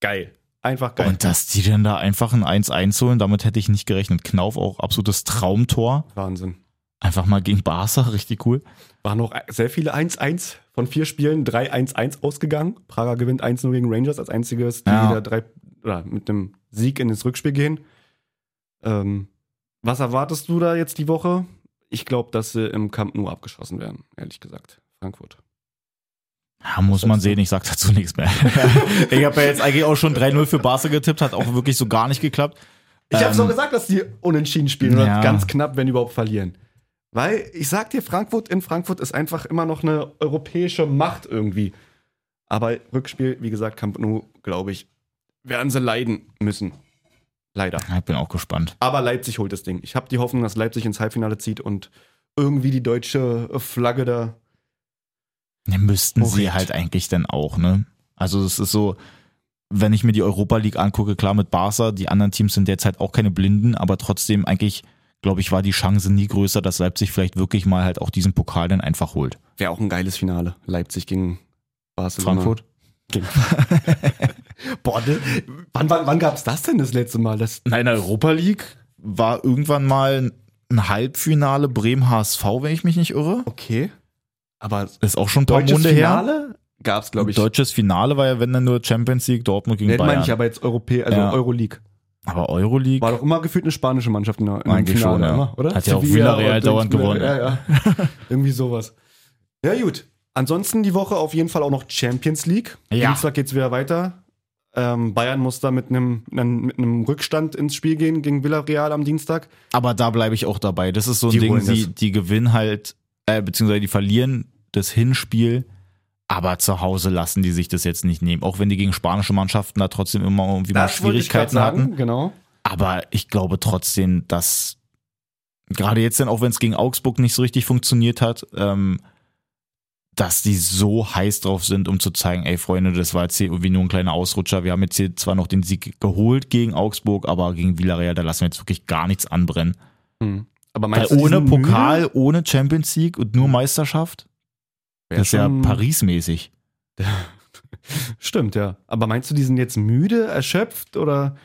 [SPEAKER 3] Geil. Einfach geil.
[SPEAKER 1] Und dass die denn da einfach ein 1-1 holen, damit hätte ich nicht gerechnet. Knauf auch absolutes Traumtor.
[SPEAKER 3] Wahnsinn.
[SPEAKER 1] Einfach mal gegen Barca, richtig cool.
[SPEAKER 3] Waren noch sehr viele 1-1 von vier Spielen, 3-1-1 ausgegangen. Prager gewinnt 1-0 gegen Rangers als einziges, die
[SPEAKER 1] Ja.
[SPEAKER 3] wieder drei, oder mit einem Sieg in das Rückspiel gehen. Ähm, was erwartest du da jetzt die Woche? Ich glaube, dass sie im Camp Nou abgeschossen werden, ehrlich gesagt. Frankfurt.
[SPEAKER 1] Ja, muss man sehen, ich sag dazu nichts mehr. ich habe ja jetzt eigentlich auch schon 3-0 für Barca getippt, hat auch wirklich so gar nicht geklappt.
[SPEAKER 3] Ich hab's
[SPEAKER 1] Ähm,
[SPEAKER 3] auch gesagt, dass die unentschieden spielen oder
[SPEAKER 1] ja.
[SPEAKER 3] ganz knapp, wenn überhaupt verlieren. Weil ich sag dir, Frankfurt in Frankfurt ist einfach immer noch eine europäische Macht irgendwie. Aber Rückspiel, wie gesagt, Camp Nou, glaube ich, werden sie leiden müssen. Leider.
[SPEAKER 1] Ja, Ich bin auch gespannt.
[SPEAKER 3] Aber Leipzig holt das Ding. Ich habe die Hoffnung, dass Leipzig ins Halbfinale zieht und irgendwie die deutsche Flagge da.
[SPEAKER 1] Ne, müssten sie
[SPEAKER 3] Korrekt.
[SPEAKER 1] halt eigentlich dann auch, ne? Also es ist so, wenn ich mir die Europa League angucke, klar mit Barca, die anderen Teams sind derzeit auch keine Blinden, aber trotzdem eigentlich, glaube ich, war die Chance nie größer, dass Leipzig vielleicht wirklich mal halt auch diesen Pokal dann einfach holt.
[SPEAKER 3] Wäre auch ein geiles Finale. Leipzig gegen Barcelona.
[SPEAKER 1] Frankfurt?
[SPEAKER 3] Gegen Boah, das, wann, wann, wann gab's das denn das letzte Mal? Das,
[SPEAKER 1] Nein, Europa League war irgendwann mal ein Halbfinale Bremen HSV, wenn ich mich nicht irre.
[SPEAKER 3] Okay. Aber
[SPEAKER 1] Ist auch schon ein paar
[SPEAKER 3] deutsches
[SPEAKER 1] Monate her.
[SPEAKER 3] Finale gab es, glaube ich.
[SPEAKER 1] Deutsches Finale war ja, wenn dann nur Champions League, Dortmund gegen
[SPEAKER 3] Nee,
[SPEAKER 1] Bayern.
[SPEAKER 3] meine ich aber jetzt Europä also
[SPEAKER 1] Ja.
[SPEAKER 3] Euroleague.
[SPEAKER 1] aber Euroleague.
[SPEAKER 3] War doch immer gefühlt eine spanische Mannschaft in der im
[SPEAKER 1] Eigentlich
[SPEAKER 3] Finale,
[SPEAKER 1] schon, ja.
[SPEAKER 3] immer, oder?
[SPEAKER 1] Hat ja auch
[SPEAKER 3] Sevilla
[SPEAKER 1] Villarreal
[SPEAKER 3] und
[SPEAKER 1] dauernd
[SPEAKER 3] Dings-
[SPEAKER 1] gewonnen.
[SPEAKER 3] Ja, ja. Irgendwie sowas. Ja, gut. Ansonsten die Woche auf jeden Fall auch noch Champions League.
[SPEAKER 1] Ja.
[SPEAKER 3] Dienstag geht's wieder weiter. Ähm, Bayern muss da mit einem mit einem Rückstand ins Spiel gehen gegen Villarreal am Dienstag.
[SPEAKER 1] Aber da bleibe ich auch dabei. Das ist so ein
[SPEAKER 3] Die
[SPEAKER 1] Ding,
[SPEAKER 3] holen
[SPEAKER 1] die,
[SPEAKER 3] das.
[SPEAKER 1] die gewinnen halt, äh, beziehungsweise die verlieren das Hinspiel, aber zu Hause lassen die sich das jetzt nicht nehmen. Auch wenn die gegen spanische Mannschaften da trotzdem immer irgendwie mal
[SPEAKER 3] wollte ich grad
[SPEAKER 1] Schwierigkeiten
[SPEAKER 3] sagen,
[SPEAKER 1] hatten.
[SPEAKER 3] Genau.
[SPEAKER 1] Aber ich glaube trotzdem, dass gerade jetzt dann, auch wenn es gegen Augsburg nicht so richtig funktioniert hat, ähm, dass die so heiß drauf sind, um zu zeigen, ey Freunde, das war jetzt hier irgendwie nur ein kleiner Ausrutscher. Wir haben jetzt hier zwar noch den Sieg geholt gegen Augsburg, aber gegen Villarreal, da lassen wir jetzt wirklich gar nichts anbrennen.
[SPEAKER 3] Hm. Aber
[SPEAKER 1] Weil
[SPEAKER 3] meinst du, die
[SPEAKER 1] ohne
[SPEAKER 3] sind
[SPEAKER 1] Pokal,
[SPEAKER 3] müde?
[SPEAKER 1] ohne Champions League und nur Meisterschaft,
[SPEAKER 3] Wär
[SPEAKER 1] das ist ja
[SPEAKER 3] schon-
[SPEAKER 1] Paris-mäßig.
[SPEAKER 3] Stimmt, ja. Aber meinst du, die sind jetzt müde, erschöpft oder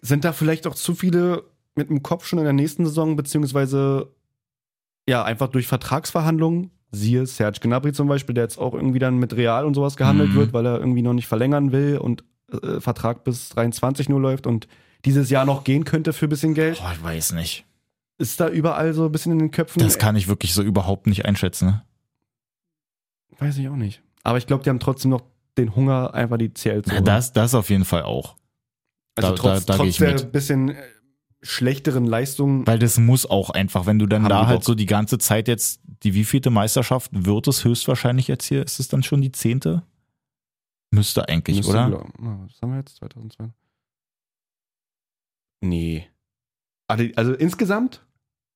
[SPEAKER 3] sind da vielleicht auch zu viele mit dem Kopf schon in der nächsten Saison, beziehungsweise ja, einfach durch Vertragsverhandlungen? Siehe Serge Gnabry zum Beispiel, der jetzt auch irgendwie dann mit Real und sowas gehandelt
[SPEAKER 1] Mhm.
[SPEAKER 3] wird, weil er irgendwie noch nicht verlängern will und äh, Vertrag bis 23 nur läuft und dieses Jahr noch gehen könnte für ein bisschen Geld.
[SPEAKER 1] ich weiß nicht.
[SPEAKER 3] Ist da überall so ein bisschen in den Köpfen?
[SPEAKER 1] Das kann ich wirklich so überhaupt nicht einschätzen. Ne?
[SPEAKER 3] Weiß ich auch nicht. Aber ich glaube, die haben trotzdem noch den Hunger, einfach die CL zu
[SPEAKER 1] Na,
[SPEAKER 3] holen.
[SPEAKER 1] das, das auf jeden Fall auch.
[SPEAKER 3] Also
[SPEAKER 1] Da-
[SPEAKER 3] trotz,
[SPEAKER 1] da- da geh
[SPEAKER 3] trotz
[SPEAKER 1] ich
[SPEAKER 3] der
[SPEAKER 1] mit.
[SPEAKER 3] bisschen äh, schlechteren Leistungen.
[SPEAKER 1] Weil das muss auch einfach, wenn du dann
[SPEAKER 3] Haben
[SPEAKER 1] da
[SPEAKER 3] die
[SPEAKER 1] halt
[SPEAKER 3] Bock.
[SPEAKER 1] so die ganze Zeit jetzt, die wievielte Meisterschaft wird es höchstwahrscheinlich jetzt hier? Ist es dann schon die zehnte? Müsste eigentlich,
[SPEAKER 3] Müsste,
[SPEAKER 1] oder?
[SPEAKER 3] glaub- na, Was haben wir jetzt? 2002? Nee. Also, also insgesamt?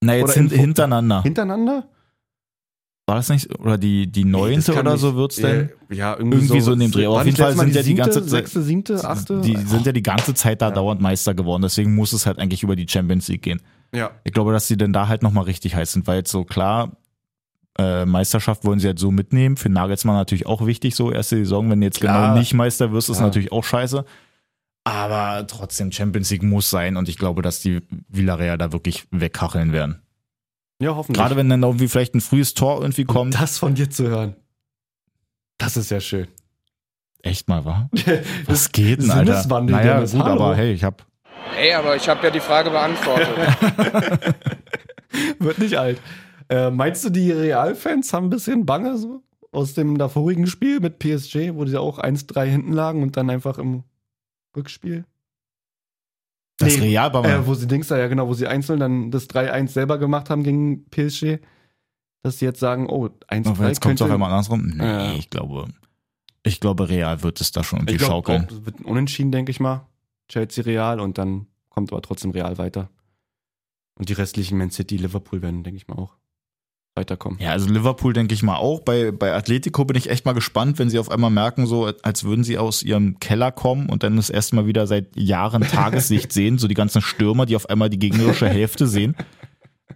[SPEAKER 1] Na, jetzt
[SPEAKER 3] Oder
[SPEAKER 1] hin,
[SPEAKER 3] im-
[SPEAKER 1] hintereinander.
[SPEAKER 3] Hintereinander?
[SPEAKER 1] War das nicht? Oder die, die neunte
[SPEAKER 3] das kann
[SPEAKER 1] oder so
[SPEAKER 3] nicht-
[SPEAKER 1] wird's denn?
[SPEAKER 3] Äh, Ja,
[SPEAKER 1] Irgendwie so in dem Dreh. Aber auf
[SPEAKER 3] War
[SPEAKER 1] jeden
[SPEAKER 3] nicht
[SPEAKER 1] Fall
[SPEAKER 3] letztes Mal
[SPEAKER 1] sind ja die ganze
[SPEAKER 3] siebte,
[SPEAKER 1] Zeit-
[SPEAKER 3] Sechste, siebte, achte?
[SPEAKER 1] Die sind ja die ganze Zeit da
[SPEAKER 3] Ja.
[SPEAKER 1] dauernd Meister geworden, deswegen muss es halt eigentlich über die Champions League gehen.
[SPEAKER 3] ja.
[SPEAKER 1] Ich glaube, dass sie denn da halt nochmal richtig heiß sind, weil jetzt so klar, äh, Meisterschaft wollen sie halt so mitnehmen. Für Nagelsmann natürlich auch wichtig, so erste Saison, wenn du jetzt
[SPEAKER 3] Klar.
[SPEAKER 1] genau nicht Meister wirst, ist
[SPEAKER 3] Klar.
[SPEAKER 1] natürlich auch scheiße. Aber trotzdem, Champions League muss sein und ich glaube, dass die Villarreal da wirklich wegkacheln werden.
[SPEAKER 3] ja, hoffentlich.
[SPEAKER 1] Gerade wenn dann irgendwie vielleicht ein frühes Tor irgendwie kommt.
[SPEAKER 3] das von dir zu hören. Das ist ja schön.
[SPEAKER 1] Echt mal, wa? Was geht denn, Alter?
[SPEAKER 3] Sinneswandel,
[SPEAKER 1] naja,
[SPEAKER 3] Dennis,
[SPEAKER 1] gut,
[SPEAKER 3] hallo.
[SPEAKER 1] aber hey, ich hab
[SPEAKER 5] Ey, aber ich habe ja die Frage beantwortet.
[SPEAKER 3] Wird nicht alt. Äh, meinst du, die Real-Fans haben ein bisschen Bange so? Aus dem davorigen Spiel mit PSG, wo die auch 1-3 hinten lagen und dann einfach im Rückspiel?
[SPEAKER 1] das
[SPEAKER 3] Nee,
[SPEAKER 1] Real, aber
[SPEAKER 3] Äh, wo sie Dings da, ja genau, wo sie einzeln dann das 3-1 selber gemacht haben gegen PSG, dass sie jetzt sagen, oh,
[SPEAKER 1] Aber jetzt
[SPEAKER 3] 1-3
[SPEAKER 1] kommt es
[SPEAKER 3] könnte-
[SPEAKER 1] auf einmal andersrum. Nee,
[SPEAKER 3] Ja.
[SPEAKER 1] ich glaube, ich glaube, Real wird es da schon irgendwie
[SPEAKER 3] Ich glaub,
[SPEAKER 1] schaukeln.
[SPEAKER 3] auch, es wird ein unentschieden, denke ich mal. Chelsea Real und dann kommt aber trotzdem Real weiter. Und die restlichen Man City, Liverpool werden, denke ich mal, auch weiterkommen.
[SPEAKER 1] Ja, also Liverpool denke ich mal auch. Bei, bei Atletico bin ich echt mal gespannt, wenn sie auf einmal merken, so als würden sie aus ihrem Keller kommen und dann das erste Mal wieder seit Jahren Tageslicht sehen, so die ganzen Stürmer, die auf einmal die gegnerische Hälfte sehen.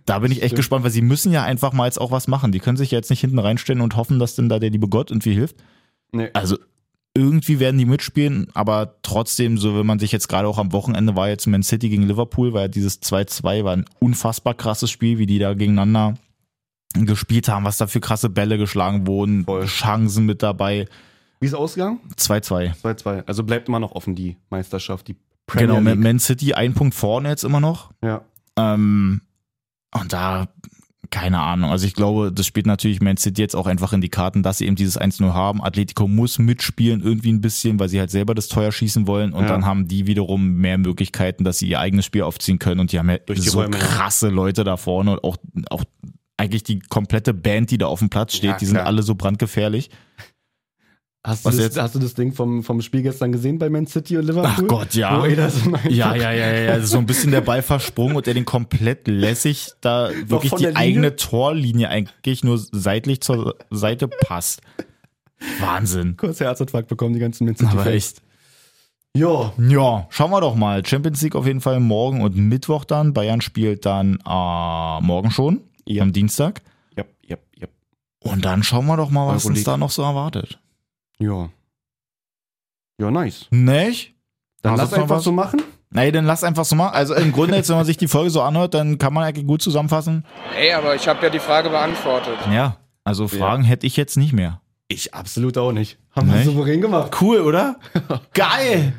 [SPEAKER 1] Da bin ich echt
[SPEAKER 3] Stimmt.
[SPEAKER 1] gespannt, weil sie müssen ja einfach mal jetzt auch was machen. Die können sich ja jetzt nicht hinten reinstellen und hoffen, dass denn da der liebe Gott irgendwie hilft.
[SPEAKER 3] Nee.
[SPEAKER 1] Also irgendwie werden die mitspielen, aber trotzdem, so wenn man sich jetzt gerade auch am Wochenende war, jetzt Man City gegen Liverpool, weil dieses 2-2 war ein unfassbar krasses Spiel, wie die da gegeneinander gespielt haben, was da für krasse Bälle geschlagen wurden,
[SPEAKER 3] Voll.
[SPEAKER 1] Chancen mit dabei.
[SPEAKER 3] Wie ist ausgegangen?
[SPEAKER 1] 2-2.
[SPEAKER 3] 2-2. Also bleibt immer noch offen die Meisterschaft, die Premier
[SPEAKER 1] Genau,
[SPEAKER 3] League.
[SPEAKER 1] Man Man City ein Punkt vorne jetzt immer noch.
[SPEAKER 3] Ja.
[SPEAKER 1] Ähm, und da, keine Ahnung. Also ich glaube, das spielt natürlich Man City jetzt auch einfach in die Karten, dass sie eben dieses 1-0 haben. Atletico muss mitspielen irgendwie ein bisschen, weil sie halt selber das teuer schießen wollen. Und
[SPEAKER 3] Ja.
[SPEAKER 1] dann haben die wiederum mehr Möglichkeiten, dass sie ihr eigenes Spiel aufziehen können. Und die haben ja
[SPEAKER 3] Durch die
[SPEAKER 1] so
[SPEAKER 3] Räume, ja.
[SPEAKER 1] krasse Leute da vorne und auch, auch eigentlich die komplette Band, die da auf dem Platz steht,
[SPEAKER 3] Ja,
[SPEAKER 1] die sind
[SPEAKER 3] klar.
[SPEAKER 1] alle so brandgefährlich.
[SPEAKER 3] Hast
[SPEAKER 1] Was
[SPEAKER 3] du, das,
[SPEAKER 1] jetzt?
[SPEAKER 3] hast du das Ding vom, vom Spiel gestern gesehen bei Man City und Liverpool?
[SPEAKER 1] Ach Gott, ja.
[SPEAKER 3] Wo Ederson einfach-
[SPEAKER 1] Ja, ja, ja, ja, ja. So ein bisschen der Ball versprungen und er den komplett lässig da wirklich
[SPEAKER 3] von
[SPEAKER 1] die
[SPEAKER 3] der Linie?
[SPEAKER 1] eigene Torlinie eigentlich nur seitlich zur Seite passt. Wahnsinn.
[SPEAKER 3] Kurz Herzinfarkt bekommen, die ganzen Man City-Fans.
[SPEAKER 1] Aber echt.
[SPEAKER 3] Ja,
[SPEAKER 1] Ja, schauen wir doch mal. Champions League auf jeden Fall morgen und Mittwoch dann. Bayern spielt dann äh, morgen schon,
[SPEAKER 3] Ja.
[SPEAKER 1] am Dienstag.
[SPEAKER 3] ja, ja, ja.
[SPEAKER 1] Und dann schauen wir doch mal, was uns
[SPEAKER 3] Euroleague.
[SPEAKER 1] da noch so erwartet.
[SPEAKER 3] Ja. Ja, nice.
[SPEAKER 1] Nicht?
[SPEAKER 3] Dann
[SPEAKER 1] Hast
[SPEAKER 3] lass
[SPEAKER 1] du noch
[SPEAKER 3] einfach
[SPEAKER 1] was?
[SPEAKER 3] so machen.
[SPEAKER 1] Nee, dann lass einfach so mal. Also im Grunde jetzt, wenn man sich die Folge so anhört, dann kann man eigentlich gut zusammenfassen.
[SPEAKER 5] Ey, aber ich habe ja die Frage beantwortet.
[SPEAKER 1] Ja, also Fragen hätte ich jetzt nicht mehr.
[SPEAKER 3] Ich absolut auch nicht. Haben wir
[SPEAKER 1] Nicht?
[SPEAKER 3] souverän gemacht.
[SPEAKER 1] Cool, oder? Geil!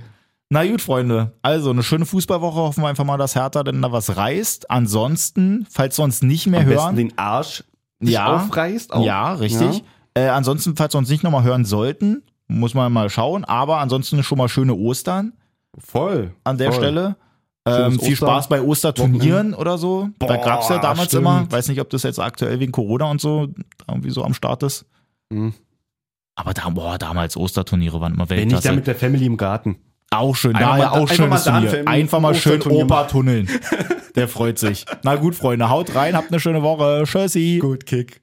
[SPEAKER 1] Na gut, Freunde. Also, eine schöne Fußballwoche. Hoffen wir einfach mal, dass Hertha denn da was reißt. Ansonsten, falls wir uns nicht mehr
[SPEAKER 3] Am besten
[SPEAKER 1] hören.
[SPEAKER 3] den Arsch sich
[SPEAKER 1] ja,
[SPEAKER 3] aufreißt. Auch.
[SPEAKER 1] ja, richtig. Äh, ansonsten, falls wir uns nicht nochmal hören sollten, muss man mal schauen. Aber ansonsten schon mal schöne Ostern
[SPEAKER 3] Voll.
[SPEAKER 1] an der
[SPEAKER 3] Voll.
[SPEAKER 1] Stelle.
[SPEAKER 3] Schönes
[SPEAKER 1] Ähm, viel
[SPEAKER 3] Ostern-
[SPEAKER 1] Spaß bei Osterturnieren oder so. da
[SPEAKER 3] Boah,
[SPEAKER 1] gab es ja damals
[SPEAKER 3] stimmt.
[SPEAKER 1] immer. Weiß nicht, ob das jetzt aktuell wegen Corona und so irgendwie so am Start ist.
[SPEAKER 3] Mhm.
[SPEAKER 1] Aber da, boah, damals Osterturniere waren immer
[SPEAKER 3] Wenn nicht
[SPEAKER 1] Weltklasse.
[SPEAKER 3] dann mit der Family im Garten.
[SPEAKER 1] Auch schön,
[SPEAKER 3] Einfach
[SPEAKER 1] daher
[SPEAKER 3] mal-
[SPEAKER 1] auch
[SPEAKER 3] einfach
[SPEAKER 1] schön
[SPEAKER 3] mal
[SPEAKER 1] ist von
[SPEAKER 3] da
[SPEAKER 1] mir.
[SPEAKER 3] anfilmen,
[SPEAKER 1] Einfach mal schön
[SPEAKER 3] Osterturnier
[SPEAKER 1] Opa
[SPEAKER 3] machen.
[SPEAKER 1] tunneln. Der freut sich. Na gut, Freunde, haut rein, habt eine schöne Woche. Tschüssi.
[SPEAKER 3] Gut, Kick.